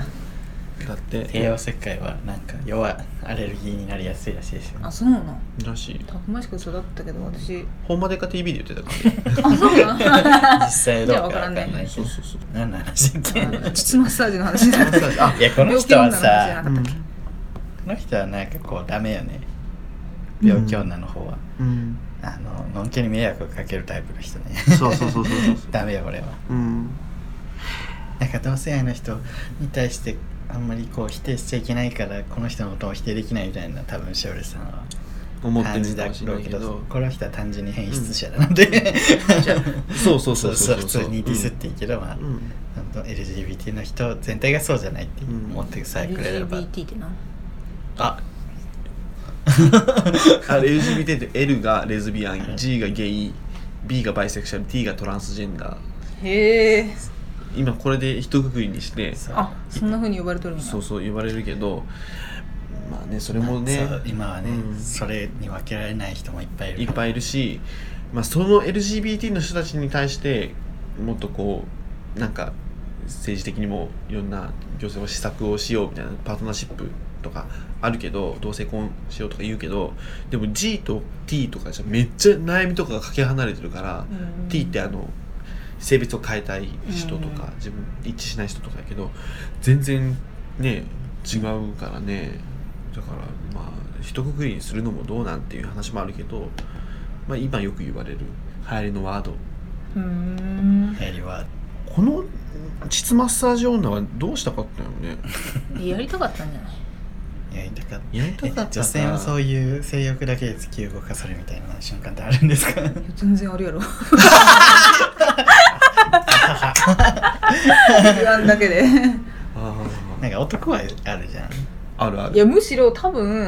C: た、
A: だって
B: 帝王切開はなんか弱いアレルギーになりやすいらしいですよ
C: あそうなん
A: らしい
C: たくましく育ったけど私
A: ほんまでか TV で言ってたから、ね、
C: あそうなん
B: 実際どうかわかんないけど
A: そうそうそう
B: 何の話だっけ
C: 膣マッサージの話だった
A: あ
B: いやこの人は
C: 病気女の話じゃな
B: さ
C: かったっけ
B: この人はなんかこうダメよね病気女の方は、
A: うん
B: あののんけに迷惑をかけるタイプの人ね
A: そうそうそうそうそう
B: ダメよ俺は
A: うん
B: なんか同性愛の人に対してあんまりこう否定しちゃいけないからこの人のことを否定できないみたいな多分しおりさんは
A: 思って
B: 感じ
A: るか
B: だ
A: もしれ
B: ろ
A: な
B: う
A: い
B: け
A: け
B: ど
A: ど
B: この人は単純に変質者なので、
A: そうそうそう
B: そ
A: う
B: そ
A: そうう
B: 普通にディスっていいけど、まあ
A: うんうん
B: あの LGBT の人全体がそうじゃないって思ってさえくれれば、
C: LGBT ってな
B: あ
A: あ LGBT って L がレズビアン G がゲイ B がバイセクシャル T がトランスジェンダー
C: へえ
A: 今これで一括りにして
B: そう
C: あそんなふうに呼ばれとるんや
A: そうそう言われるけどまあねそれもね
B: そう今はね、
A: うん
B: それに分けられない人もいっぱいいる
A: いっぱいいるし、まあ、その LGBT の人たちに対してもっとこうなんか政治的にもいろんな行政の施策をしようみたいなパートナーシップとかあるけど同性婚しようとか言うけどでも G と T とかじゃめっちゃ悩みとかがかけ離れてるから、
C: うん
A: T ってあの性別を変えたい人とか、
C: うん
A: 自分一致しない人とかやけど全然ね違うからねだからまあ一括りにするのもどうなんていう話もあるけど、まあ、今よく言われる流行りのワード
C: うーん
B: 流行りは
A: この膣マッサージ女はどうしたかったよね
C: やりたかったんじゃない
B: やりたかっ
A: やりたかった
B: た
A: か
B: 女性もそういう性欲だけで突き動かされるみたいな瞬間ってあるんですか
C: いや全然あ るやろ言わんだけで
A: あ
B: なんか男はあるじゃん
A: あるあ
C: い
A: る
C: やむしろ多分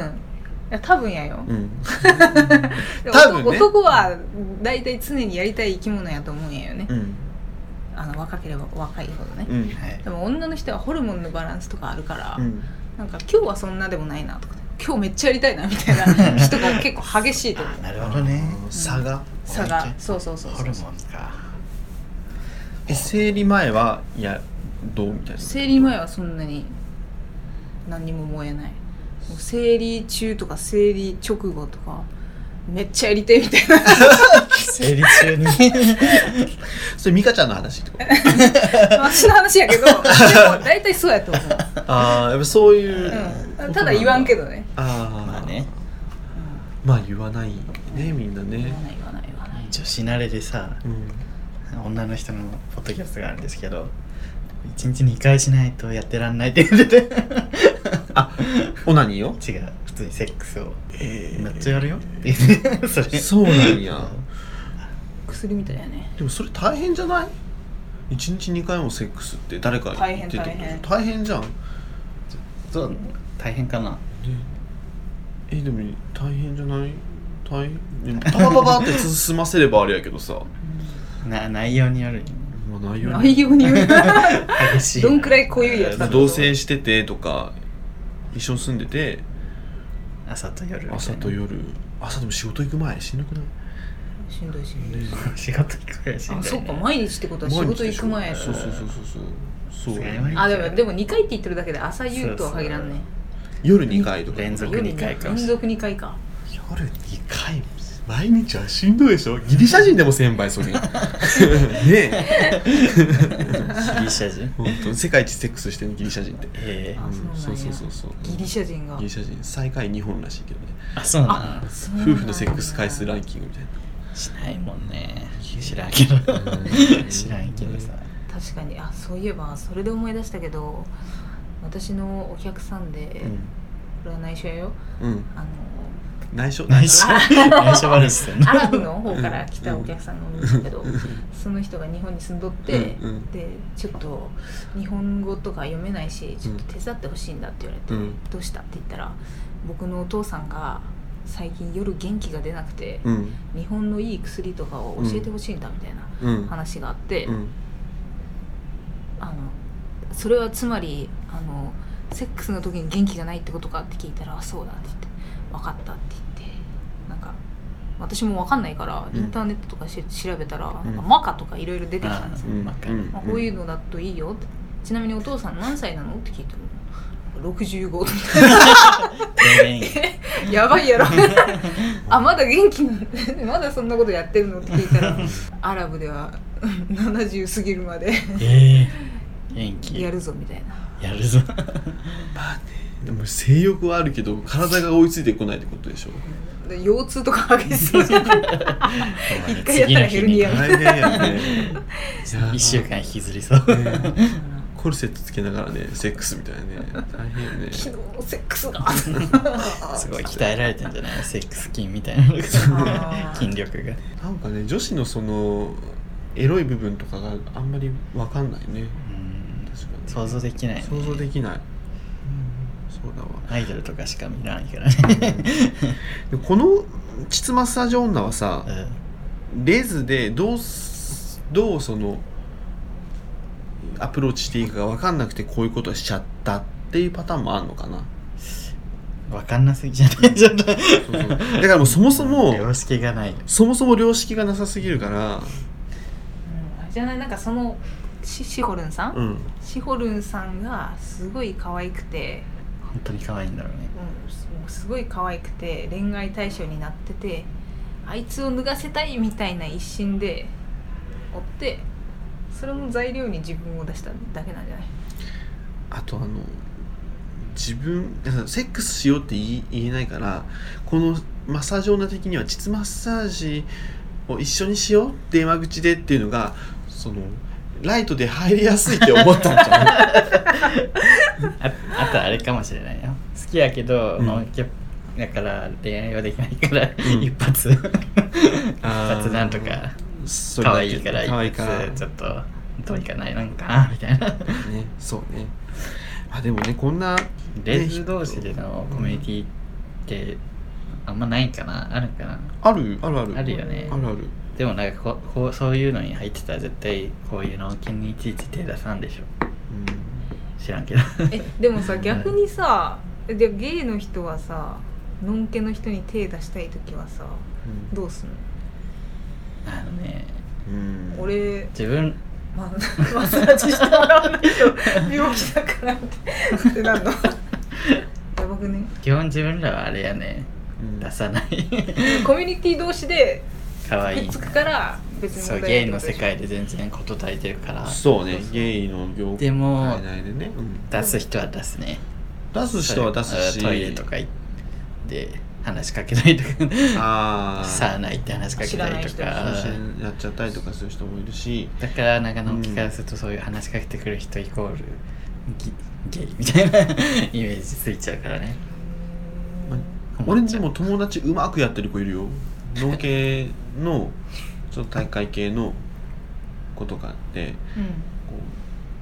C: いや多分やよ、
A: うん
C: で
A: 多分ね
C: 男男は大体常にやりたい生き物やと思うんやよね、
A: うん
C: あの若ければ若いほどね、
A: うん
B: はい
C: でも女の人はホルモンのバランスとかあるから、
A: うん
C: なんか今日はそんなでもないなとか今日めっちゃやりたいなみたいな人が結構激しいと思う
B: あなるほどね
A: 差が
C: 差
B: ホルモ
C: が
B: ン
C: そうそうそう
B: ホ
C: そ
B: ル
C: う
B: モンか
A: え生理前はいやどうみたいな
C: 生理前はそんなに何にも燃えないもう生理中とか生理直後とかめっちゃやりてえみたいな
B: 生理中 に
A: それ美香ちゃんの話ってこと
C: 私の話やけどでも大体そうやと思
A: ああやっぱそういう、
C: う、うん、ただ言わんけどね
A: ああ
B: まあね
A: まあ言わないねみんなね
C: 言わない言わない言わない
B: 女子慣れでさ
A: うん
B: 女の人のポッドキャストがあるんですけど一日2回しないとやってらんないって言ってて
A: あオナニーよ
B: 違う普通にセックスを
A: え
B: めっちゃやるよって言ってそれ
A: そうなんや
C: 薬みたいやね
A: でもそれ大変じゃない一日2回もセックスって誰か
C: 大
A: 言
C: 変
A: って
C: 大
A: って
C: 変
A: こと大変じゃん
B: そう大変かな
A: えでも大変じゃない大変パパパパって進ませればあれやけどさ、
B: な内容による
A: まあ、内容
C: 内容による
B: 激しい
C: どんくらい濃いやつ
A: まあ
C: だ
A: 同棲しててとか一緒に住んでて
B: 朝と夜みたいな
A: 朝と夜朝でも仕事行く前しんどくない
C: しんどいしんどい
B: 仕事行くらいしんどい、ね、
C: あそっか毎日ってことは仕事行く前や
A: 毎日でしょそうそうそうそうそう
B: さすがに毎日
C: あでもでも2回って言ってるだけで朝夕とは限らんね
A: 夜2回とか
B: 連続
C: 夜
B: 2回
C: に
B: かも
C: 連
B: しれ
C: 続2回か
A: 夜2回毎日はしんどいでしょギリシャ人でも1000倍そ れねえ
B: ないギリシャ人
A: 本当世界一セックスしてるギリシャ人って
B: ええ
C: あそうなんや
A: そうそうそうそう
C: ギリシャ人が
A: ギリシャ人最下位日本らしいけどね
B: あそうな
C: そうなんだ
A: 夫婦のセックス回数ランキングみたいな
B: のしないもんね知らんけど
A: うん
B: 知らんけどさ
C: 確かにあそういえばそれで思い出したけど私のお客さんで、これは内緒やよ
A: うん、うん、
C: あの
A: 内緒
B: 内緒内緒話してんの
C: アラブの方から来たお客さんがおるんですけど、その人が日本に住んどって、
A: うんうん
C: でちょっと日本語とか読めないしちょっと手伝ってほしいんだって言われて、
A: うん
C: どうしたって言ったら僕のお父さんが最近夜元気が出なくて、
A: うん
C: 日本のいい薬とかを教えてほしいんだみたいな
A: うん
C: 話があって、
A: うん
C: あのそれはつまりあのセックスの時に元気がないってことかって聞いたらあ「そうだ」って言って「分かった」って言ってなんか私も分かんないから
A: うん
C: インターネットとかし、調べたら
A: う
C: 「
A: ん
C: なんかマカ」とかいろいろ出てきたんですよ、
A: うん
B: まあ
A: うん
C: まあこういうのだといいよってちなみにお父さん何歳なのって聞いても「65」
B: 定年
C: やばい やろあまだ元気に まだそんなことやってるのって聞いたらアラブではうん70過ぎるまで
B: ええ元気
C: やるぞみたいな
B: やるぞ
A: でも性欲はあるけど体が追いついてこないってことでしょ
C: で腰痛とか激しそうじゃん一回やったらヘルニア
A: 大変やね
B: 1週間引きずりそう
A: ね コルセットつけながらねセックスみたいなね大変よね
C: 昨日のセックスが
B: すごい鍛えられてんじゃないセックス筋みたいなのが
C: あー
B: 筋力が
A: なんかね女子のそのエロい部分とかがあんまりわかんないね
B: うん
A: 確かに
B: 想像できない、ね、
A: 想像できない、そうだわ
B: アイドルとかしか見らんからね、
A: でこの膣マッサージ女はさ
B: うん、
A: レズでどうすどうそのアプローチしていいかが分かんなくてこういうことをしちゃったっていうパターンもあるのかな
B: わかんなすぎじゃないちょっと
A: そうそうだからもうそもそも
B: 様式が ない
A: そもそも良識がなさすぎるから
C: うん じゃないなんかそのシシホルンさん、
A: うん
C: シホルンさんがすごい可愛くて、
B: 本当に可愛いんだろうね
C: うんす、もうすごい可愛くて恋愛対象になっててあいつを脱がせたいみたいな一心で追ってそれも材料に自分を出しただけなんじゃない
A: あとあの自分 だからセックスしようって言い言えないからこのマッサージ女的には膣マッサージを一緒にしよう電話口でっていうのがそのライトで入りやすいって思ったんじ ゃない
B: ああとあれかもしれないよ好きやけど、
A: うん
B: まあやっぱだから恋愛はできないから、
A: ん
B: 一発一発なんとか
A: それ
B: 可
A: だけ
B: 愛いから一
A: 可愛いから
B: 発ちょっとどうにかないなんかなみたいな
A: ねそうねあでもねこんな
B: レズ同士でのコミュニティってあんまないんかなあるんかな
A: あるあるある
B: あるよね
A: あるある
B: でもなんかここうそういうのに入ってたら絶対こういうのにいちいち手出さんでしょ知らんけど
C: えでもさ逆にさえでゲイの人はさのんけの人に手出したい時はさどうすんの
B: あのね
A: うん、うんうん、
C: 俺
B: 自分
C: まあ、マッサージしてもらわないと病気だからってっ てなんのやばくね
B: 基本自分らはあれやね
A: うん
B: 出さない
C: コミュニティ同士で
B: かわ
C: く
B: い
C: っ
B: いな
C: つくから別に
B: そう
C: 問題
B: ゲイ
C: な
B: の
C: いって
B: 世
C: ことでしょ
B: 界で全然事足りてるから
A: そうねゲイの業界
B: でも
A: 内でね、うん
B: 出す人は出すね
A: 出す人は出すし
B: それトイレとか行って話しかけたりとか
A: ああ
B: さあないって話しかけたりと
C: 知ら
B: か
A: やっちゃったりとかする人もいるし
B: だからなんかのんきからするとそういう話しかけてくる人イコールゲゲイみたいな イメージついちゃうからね
A: 俺でも友達うまくやってる子いるよ農系 のちょっと大会系の子とかで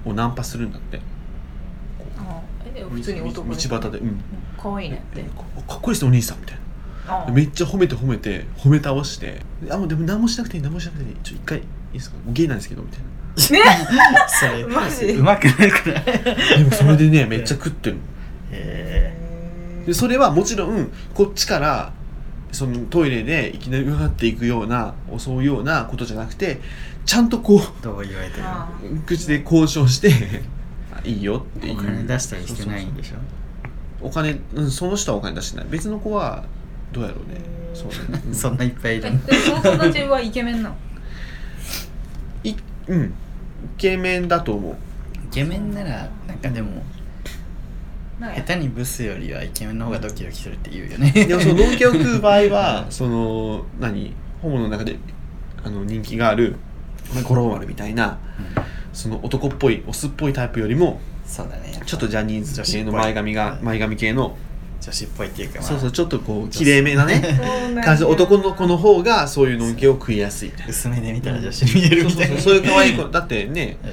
A: こうおナンパするんだって
C: うんあえ普通に男
A: 道
C: の人
A: 端でうん
C: 可愛いねって
A: えかかっこいいですねお兄さんみたいな
C: あ
A: めっちゃ褒めて褒めて褒め倒して「あもうでも何もしなくていい何もしなくていいちょ一回いいですかゲイなんですけど」みたい な
B: それ
C: マジ
B: うまくないくない
A: でもそれでねめっちゃ食ってるの
B: え
A: でそれはもちろんこっちからそのトイレでいきなりうわっていくような襲うようなことじゃなくてちゃんとこう
B: ーどう言われてる
C: あ
A: 口で交渉して あいいよっていう
B: お金出したりしてないんでしょ
A: そうそうお金、うん、その人はお金出してない別の子はどうやろうねそうだ ね、うん
B: そんないっぱいいる
C: え
B: の
C: でその友達はイケメンなの
A: いうんイケメンだと思う
B: イケメンならなんかでも
C: なん
B: 下
C: か
B: 手にブスよりはイケメンの方がドキドキするって言うよね
A: でもその農協を食う場合 はその何ホモの中であの人気があるまあ五郎丸みたいな
B: うん
A: その男っぽいオスっぽいタイプよりも
B: そうだね
A: ちょっとジャニーズ系の
B: 女子っぽい
A: 前髪が前髪系の
B: 女子っぽいっていうか、まあ、
A: そうそうちょっとこう綺麗めなね
C: そうなん
A: 感じ
C: だ
A: の男の子の方がそういうのんけを食いやすいみたいな
B: 薄めで見たら女子に見えるみ
A: そう
B: た
A: そう
B: いな
A: そういう可愛い子だってね
B: うん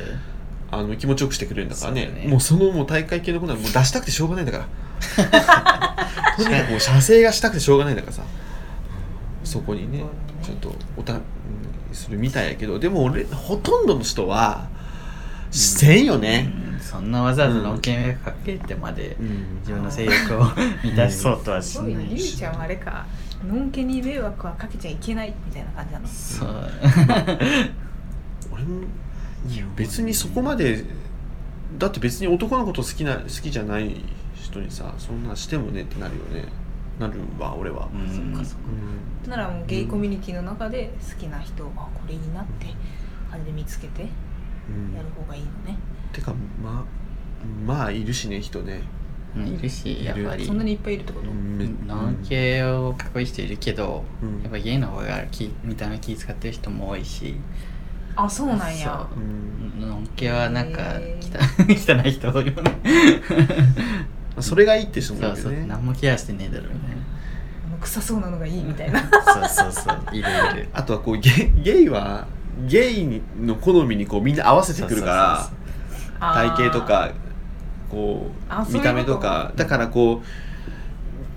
A: あの気持ちよくしてくれるんだからね
B: そうだね
A: もうそのもう大会系の子ならもう出したくてしょうがないんだから とにかくもう射精がしたくてしょうがないんだからさそこにねちょっとおた、うんするみたいやけどでも俺ほとんどの人はせんよね、
B: うんそんなわざわざのんけ迷惑かけてまで
A: うん
B: 自分の性欲を満たしそうとはし
C: そう
B: な
C: ゆう
B: いし
C: ちゃんはあれかのんけに迷惑はかけちゃいけないみたいな感じなの
B: そう
A: 俺も別にそこまでだって別に男の子と好きな好きじゃない人にさそんなしてもねってなるよねなるわ俺は、
B: うん
C: そっかそっか
A: うん
C: ならもうゲイコミュニティの中で好きな人はこれいいなって感じで見つけてや
A: うん
C: る方がいいのね、
A: てかまあまあいるしね人ね
B: うんいるしやっぱり
C: そんなにいっぱいいるってこと、
A: め
B: のんけをかっこいい人いるけど、
A: うん
B: やっぱゲイの方が気見た目気使ってる人も多いし
C: あそうなんや
A: う
B: そ
A: ん
B: うのんけはなんか
C: へ
B: 汚汚い人多いよね
A: まあそれがいいって人もい
B: そう
A: る
B: そ
A: よ
B: う
A: ね
B: 何もケアしてねえだろみたいな
C: あの臭そうなのがいいみたいな
B: そうそうそういるいる
A: あとはこうゲゲイはゲイの好みにこうみんな合わせてくるから
B: そう
A: 体型とかこ
C: あそうういうこと
A: 見た目とかだからこう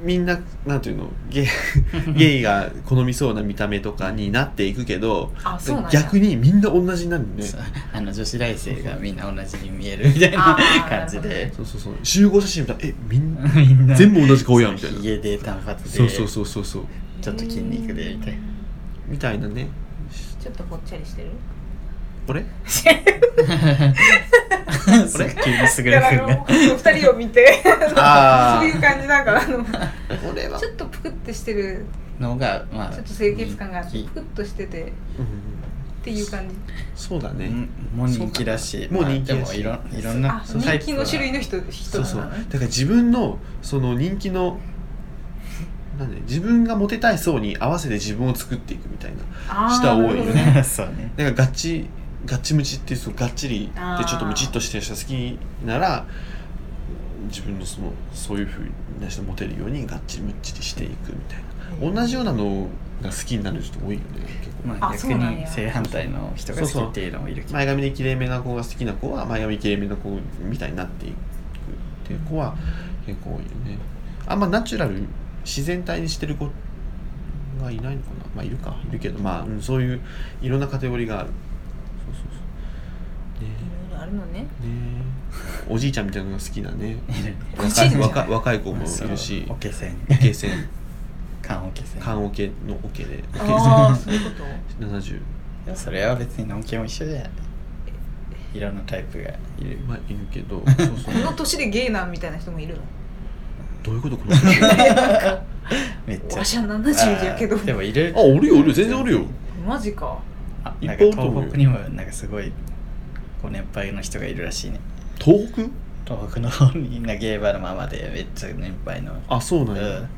A: みんななんていうのゲイ ゲイが好みそうな見ためとかになっていくけど
C: あそうなんや
A: 逆にみんな同じになるんで
B: そうそ
A: そう
B: あの女子大生がみんな同じに見えるみたいな
C: あー
B: 感じで
A: うそうそう集合写真見たらえみんな
B: みんな
A: 全部同じ顔やんみたいな
B: ひげで短髪で
A: そうそうそうそうそう
B: ちょっと筋肉でみたいな
A: みたいなね
C: ちょっとぽっちゃりしてる
A: これ
B: それ急にすぐ
C: いや
B: る
C: な
B: くん
C: んかも
B: が
C: う2人を 見て
A: あ
C: そういう感じだからあの
A: あ俺は
C: ちょっとプクってしてる
B: のがまあ
C: ちょっと清潔感があって
B: 人
C: プクっとしててっ
A: うん
C: ていう感じ
A: そうだ
B: 気
A: ね、
B: うんもう人気だ
A: そ
B: し
A: うかもう人気だし
B: まあでもいろんいろんな
C: あ人気の種類
B: の
C: の人人
A: そう
C: な
A: そう
C: の
A: だか
C: ね
A: ら自分のその人気のなんで自分がモテたい層に合わせて自分を作っていくみたいな
C: あー
A: 下多いよね
C: なるほどね
B: そうね
A: なんかガッチガッチムチってそうがっちり
C: あ
A: で
C: ー
A: ちょっとムチっとしてる人好きなら自分のそのそういうふうな人モテるようにガッチムチりしていくみたいな同じようなのが好きになる人多いよね結構、
B: まあ
C: あそ
B: 逆
C: うなんや
B: に正反対の人が好きっていうのもいるけど
A: 前髪できれいめな子が好きな子は前髪きれいめな子みたいになっていくっていう子は結構多いよねあんまナチュラル自然体にしてる子がいないのかなまあいるかいるけどまあうんそういういろんなカテゴリーがあるそうそうそうね
C: いろいろあるのね
A: えねえおじいちゃんみたいなのが好きなね
C: おじいちゃ
A: 若い若い
C: ん
A: 若い子も
B: そう
A: いるし
B: おけせ ん
A: おけ線
B: 缶おけせん
A: 缶おけのおけでおけ
C: ああそういうこと
A: 線70
B: でもそれは別にのんけも一緒じゃないいろんなタイプがいる
A: まあいるけどそうそう
C: この年でゲイなんみたいな人もいるの
A: どういうことこの人あ
B: めっちゃ
C: わしゃ70やけど
B: あーでもいる
A: おるよおるよ全然おるよ
C: マジか
B: あ
A: いっ
B: な
A: ぱ
B: ん
A: い
B: か
A: おると思うよ
B: 東北にもなんかすごいこう年配の人がいるらしいね
A: 東北
B: 東北の方にみんなゲーバーのままでめっちゃ年配の
A: あそう
B: う
A: なん
B: ん
A: や、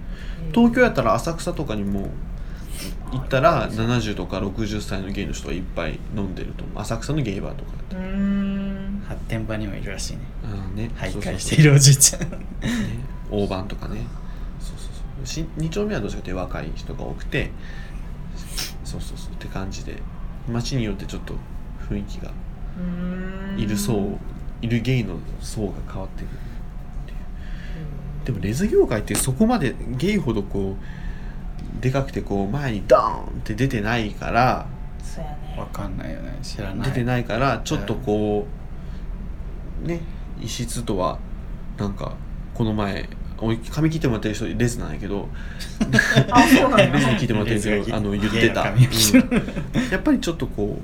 A: 東京やったら浅草とかにも行ったら70とか60歳のゲイの人がいっぱい飲んでると思う浅草のゲイバーとか
C: う
A: だ
C: ー
A: っ
C: ん
B: 発展場にもいるらしいね
A: たら、うん、ね
B: 徘
A: そうそう
B: 徊しているおじいちゃん
A: ね大判とかねそうそうそうし2丁目はどっちかというと若い人が多くてそうそうそうって感じで街によってちょっと雰囲気が
C: うーん
A: いる層、いるゲイの層が変わってくるでもレズ業界ってそこまでゲイほどこうでかくてこう前にドーンって出てないから
C: そうやね
B: わかんないよね知らない
A: 出てないからちょっとこうね異質とはなんかこの前おい髪切ってもらってる人レズなんやけど
C: あそうなん
A: レズに
C: や
A: 聞いてもらってるけ
B: レズ
A: ど
B: が
A: あの
B: 聞い
A: 言ってた、
B: ゲイの髪を切る
A: うんやっぱりちょっとこ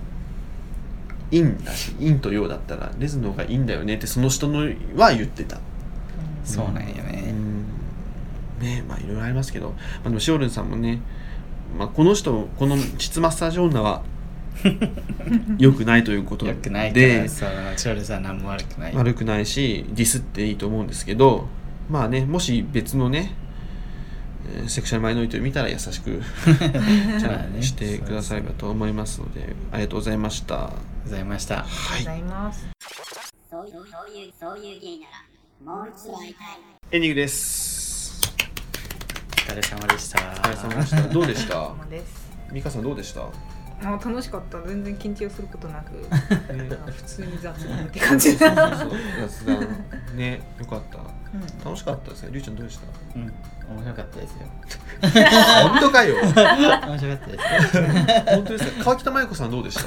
A: う陰だし陰と陽だったらレズの方がいいんだよねってその人のは言ってた
B: そうなんよ
A: う
B: ね
A: んねまあいろいろありますけど、まあ、でもシオルンさんもね、まあ、この人この膣マッサージ女 は良くないということ
B: よ
A: で
B: くないからそのチョルさん何も悪くない
A: 悪くないしディスっていいと思うんですけどまあねもし別のねえーセクシャルマイノリティを見たら優し くちゃんとしてくださればと思いますのでありがとうございました。
B: ございました
C: ありがとうございます
F: そういう、そういう、そういう芸なら、もう一度会いたい。
A: エンディングです。
B: お疲れ様でした
A: お疲れ様で した。どうでした
C: お？疲れ様です
A: ミカさんどうでした？
C: あ楽しかった全然緊張することなく 普通に雑談って感じだ
A: そう雑談ねよかった
C: うん
A: 楽しかったですねりゅうちゃんどうでした
B: うん面白かった ですよ
A: 本当かよ
B: 面白か ったですよ
A: 本当ですか川北麻衣子さんどうでした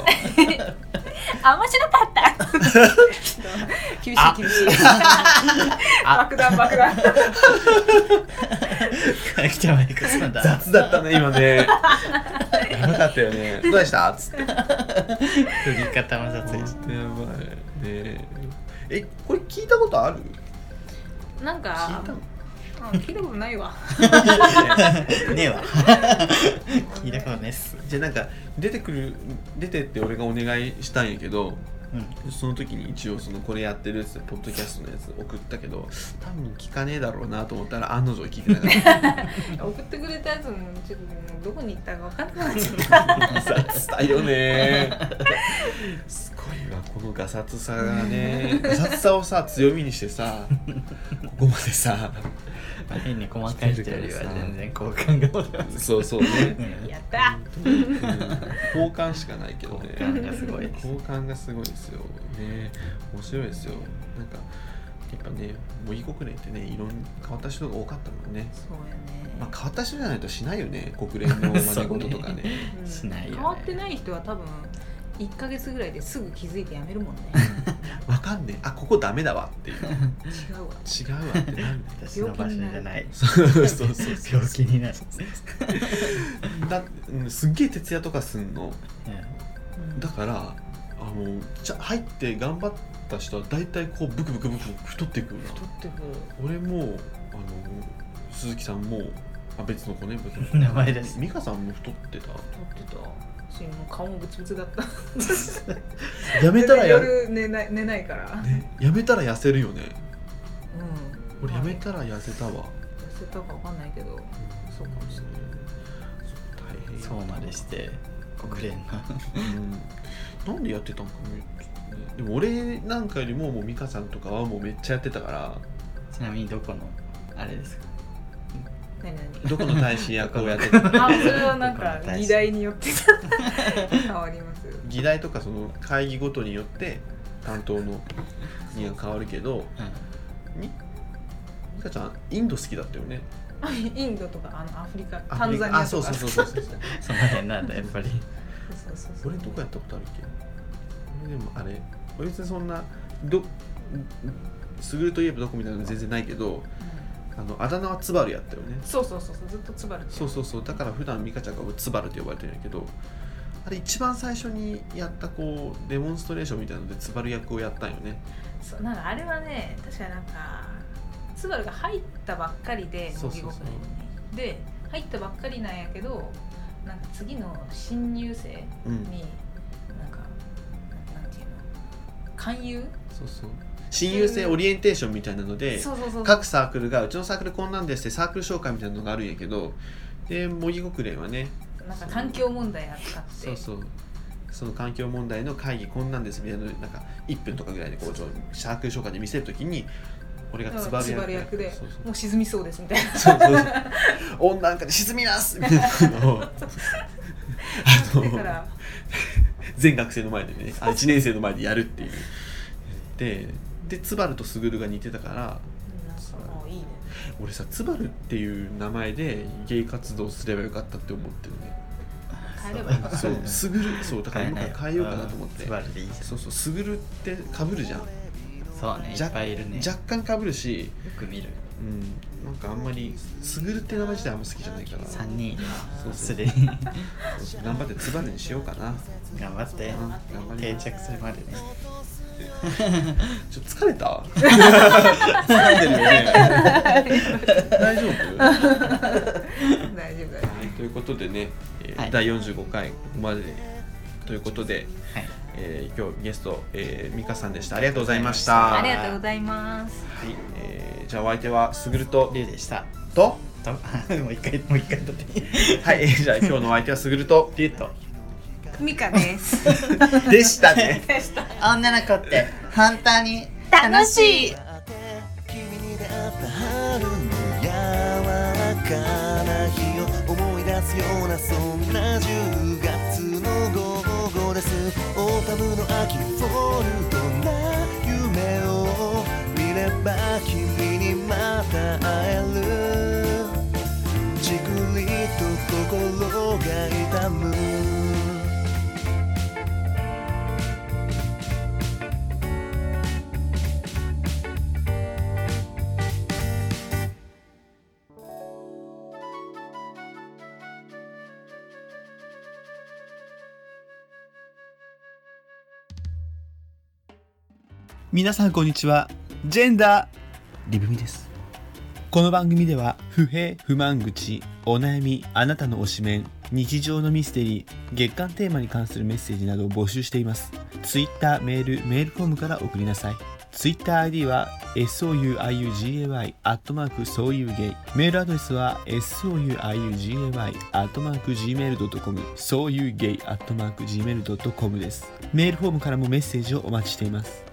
E: あ面白かった
C: 厳しい厳しい爆弾爆 弾
B: 北真由子さん だ
A: 雑だったね今 ねやばかったよねどうでしたつって
B: 振り方も雑でし
A: とやばいねえこれ聞いたことある
C: なん
A: 聞
C: か
A: いたの
C: うん聞いたことないわ
B: たねえわ聞いたことないっす
A: じゃあなんか出てくる出てって俺がお願いしたんやけど
B: うん
A: その時に一応そのこれやってるっつってポッドキャストのやつ送ったけど多分聞かねえだろうなと思ったら案の定聞いてなかった
C: 送ってくれたやつもちょっともうどこに行ったか分かんな くなっちゃった
A: 雑だよねすごいわこのガサツさがねガサツさをさ強みにしてさここまでさ
B: まあ変に細かい人よりは全然好感が持てます
A: そうそう ね
C: やった
A: うん交換しかないけどね
B: 好感がすごいです
A: 好感がすごいですよね面白いですよなんかやっぱねもう異国連ってねいろんな変わった人が多かったもんね
C: そうやね、
A: まあ、変わった人じゃないとしないよね国連 の真似事とかね
C: うん
B: しないよね
C: 変わってない人は多分1ヶ月ぐらいですぐ気づいてやめるも んね
A: わかんねえあここダメだわっていう
C: 違うわ
A: 違うわってなんだよ
B: 私の場所じゃない
A: そうそうそうそう
B: 病気になる
A: だうんすっげえ徹夜とかすんのだからあのちゃ入って頑張った人は大体こうブクブクブクブク太っていくよな
C: 取ってくる
A: 俺もあの鈴木さんもあ別の子 ね別の子
B: 名前です
A: 美香さんも太ってた
C: 取ってたしもう顔もブツブツだった
A: やめたらや
C: 夜寝ない寝ないから、
A: ねやめたら痩せるよね
C: うん
A: 俺やめ
C: ま
A: たら痩せたわ、
C: あ痩せたか分かんないけど
A: そうかもしれないそう大変
B: そうまでして国連の
A: うんなんでやってたんかねちょっとねでも俺なんかよりももう美香さんとかはもうめっちゃやってたから
B: ちなみにどこのあれですか
C: 何何
A: どこの大使役をや ってた
C: あそれはなんか議題によって 変わります
A: 議題とかその会議ごとによって担当の人が変わるけど
B: うん
A: みミカちゃんインド好きだったよね
C: インドとかあのアフリカ
A: ア
C: タ
A: フ
C: ン
A: リ
C: ザ
A: カ
C: ニアとか
A: あそうそうそうそうそう
B: その辺なんだやっぱり
C: そうそうそう
A: 俺どこやったことあるっけ俺でもあれ俺別にそんなどすぐるといえばどこみたいなの全然ないけどあのあだ名はツバルやったよね
C: そうそうそうそうずっとつばる
A: そうそうそうだから普段ミカちゃんが俺ツバルって呼ばれてるんやけどあれ一番最初にやったこうデモンストレーションみたいなのでツバル役をやったんよね
C: そうなんかあれはね確かなんかスバルが入ったばっかりで
A: そう
C: 乃
A: そ
C: 木
A: う
C: 国
A: そう
C: 内にで入ったばっかりなんやけどなんか次の新入生
A: うん
C: になんかなんていうの勧誘
A: そうそう親友性オリエンテーションみたいなので
C: そうそうそう
A: 各サークルがうちのサークルこんなんですってサークル紹介みたいなのがあるんやけどで模擬国連はね
C: なんか環境問題扱って
A: そうそうその環境問題の会議こんなんですみたいなのなんか1分とかぐらいでこうちょサークル紹介で見せるときに俺がつばる
C: つば
A: 役
C: る役で
A: そうそう
C: もう沈みそうですみたいな
A: そうそうそう温暖化で沈みますみたいなのをあの
C: だから
A: 全学生の前でねあ1年生の前でやるっていうででつばるとすぐるが似てたから
C: なんかもういいね
A: 俺さつばるっていう名前でゲイ活動すればよかったって思ってるね
C: 帰ればよかった
A: そう
B: うん
A: すぐるそうだから今から変えようかなと思って
B: つばるでいいじゃん
A: そうそうすぐるってかぶるじゃん
B: そうねいっぱいいるねよ
A: 若干かぶるし、
B: く見る
A: うん、なんかあんまりすぐるって名前自体あんま好きじゃないから
B: 3人いる
A: そう
B: わ
A: そう
B: すでに
A: 頑張ってつばるにしようかな
B: 頑張って
A: うん頑張り
B: 定
A: ます
B: 着するまでね
A: ちょっと疲れ た疲れてるよね大丈夫
C: 大丈夫だよ
A: はい、ということでね、えー
B: はい
A: 第45回ここまでということで、
B: はい
A: えー今日ゲスト、えー、美香さんでしたありがとうございました
C: ありがとうございます
A: はいえーじゃあお相手はすぐると
B: リュウでした
A: と
B: ともう一回もう一回撮っていい
A: はい、えーじゃあ今日のお相手はすぐると
B: リュウと
C: ミカです
A: でしたね
B: 女の子って本当に
E: 楽しい
G: 君に出会った春の柔らかな日を思い出すようなそんな10月の午後ですオータムの秋フォルトな夢を見れば君にまた会えるじくりと心が痛む
H: 皆さんこんにちはジェンダー
G: リブミです
H: この番組では不平不満口お悩みあなたの推しメン日常のミステリー月間テーマに関するメッセージなどを募集していますツイッターメールメールフォームから送りなさいツイッター ID は souiugay アットマークそういうゲイメールアドレスは souiugay アットマーク gmail.com そういうゲイアットマーク gmail.com ですメールフォームからもメッセージをお待ちしています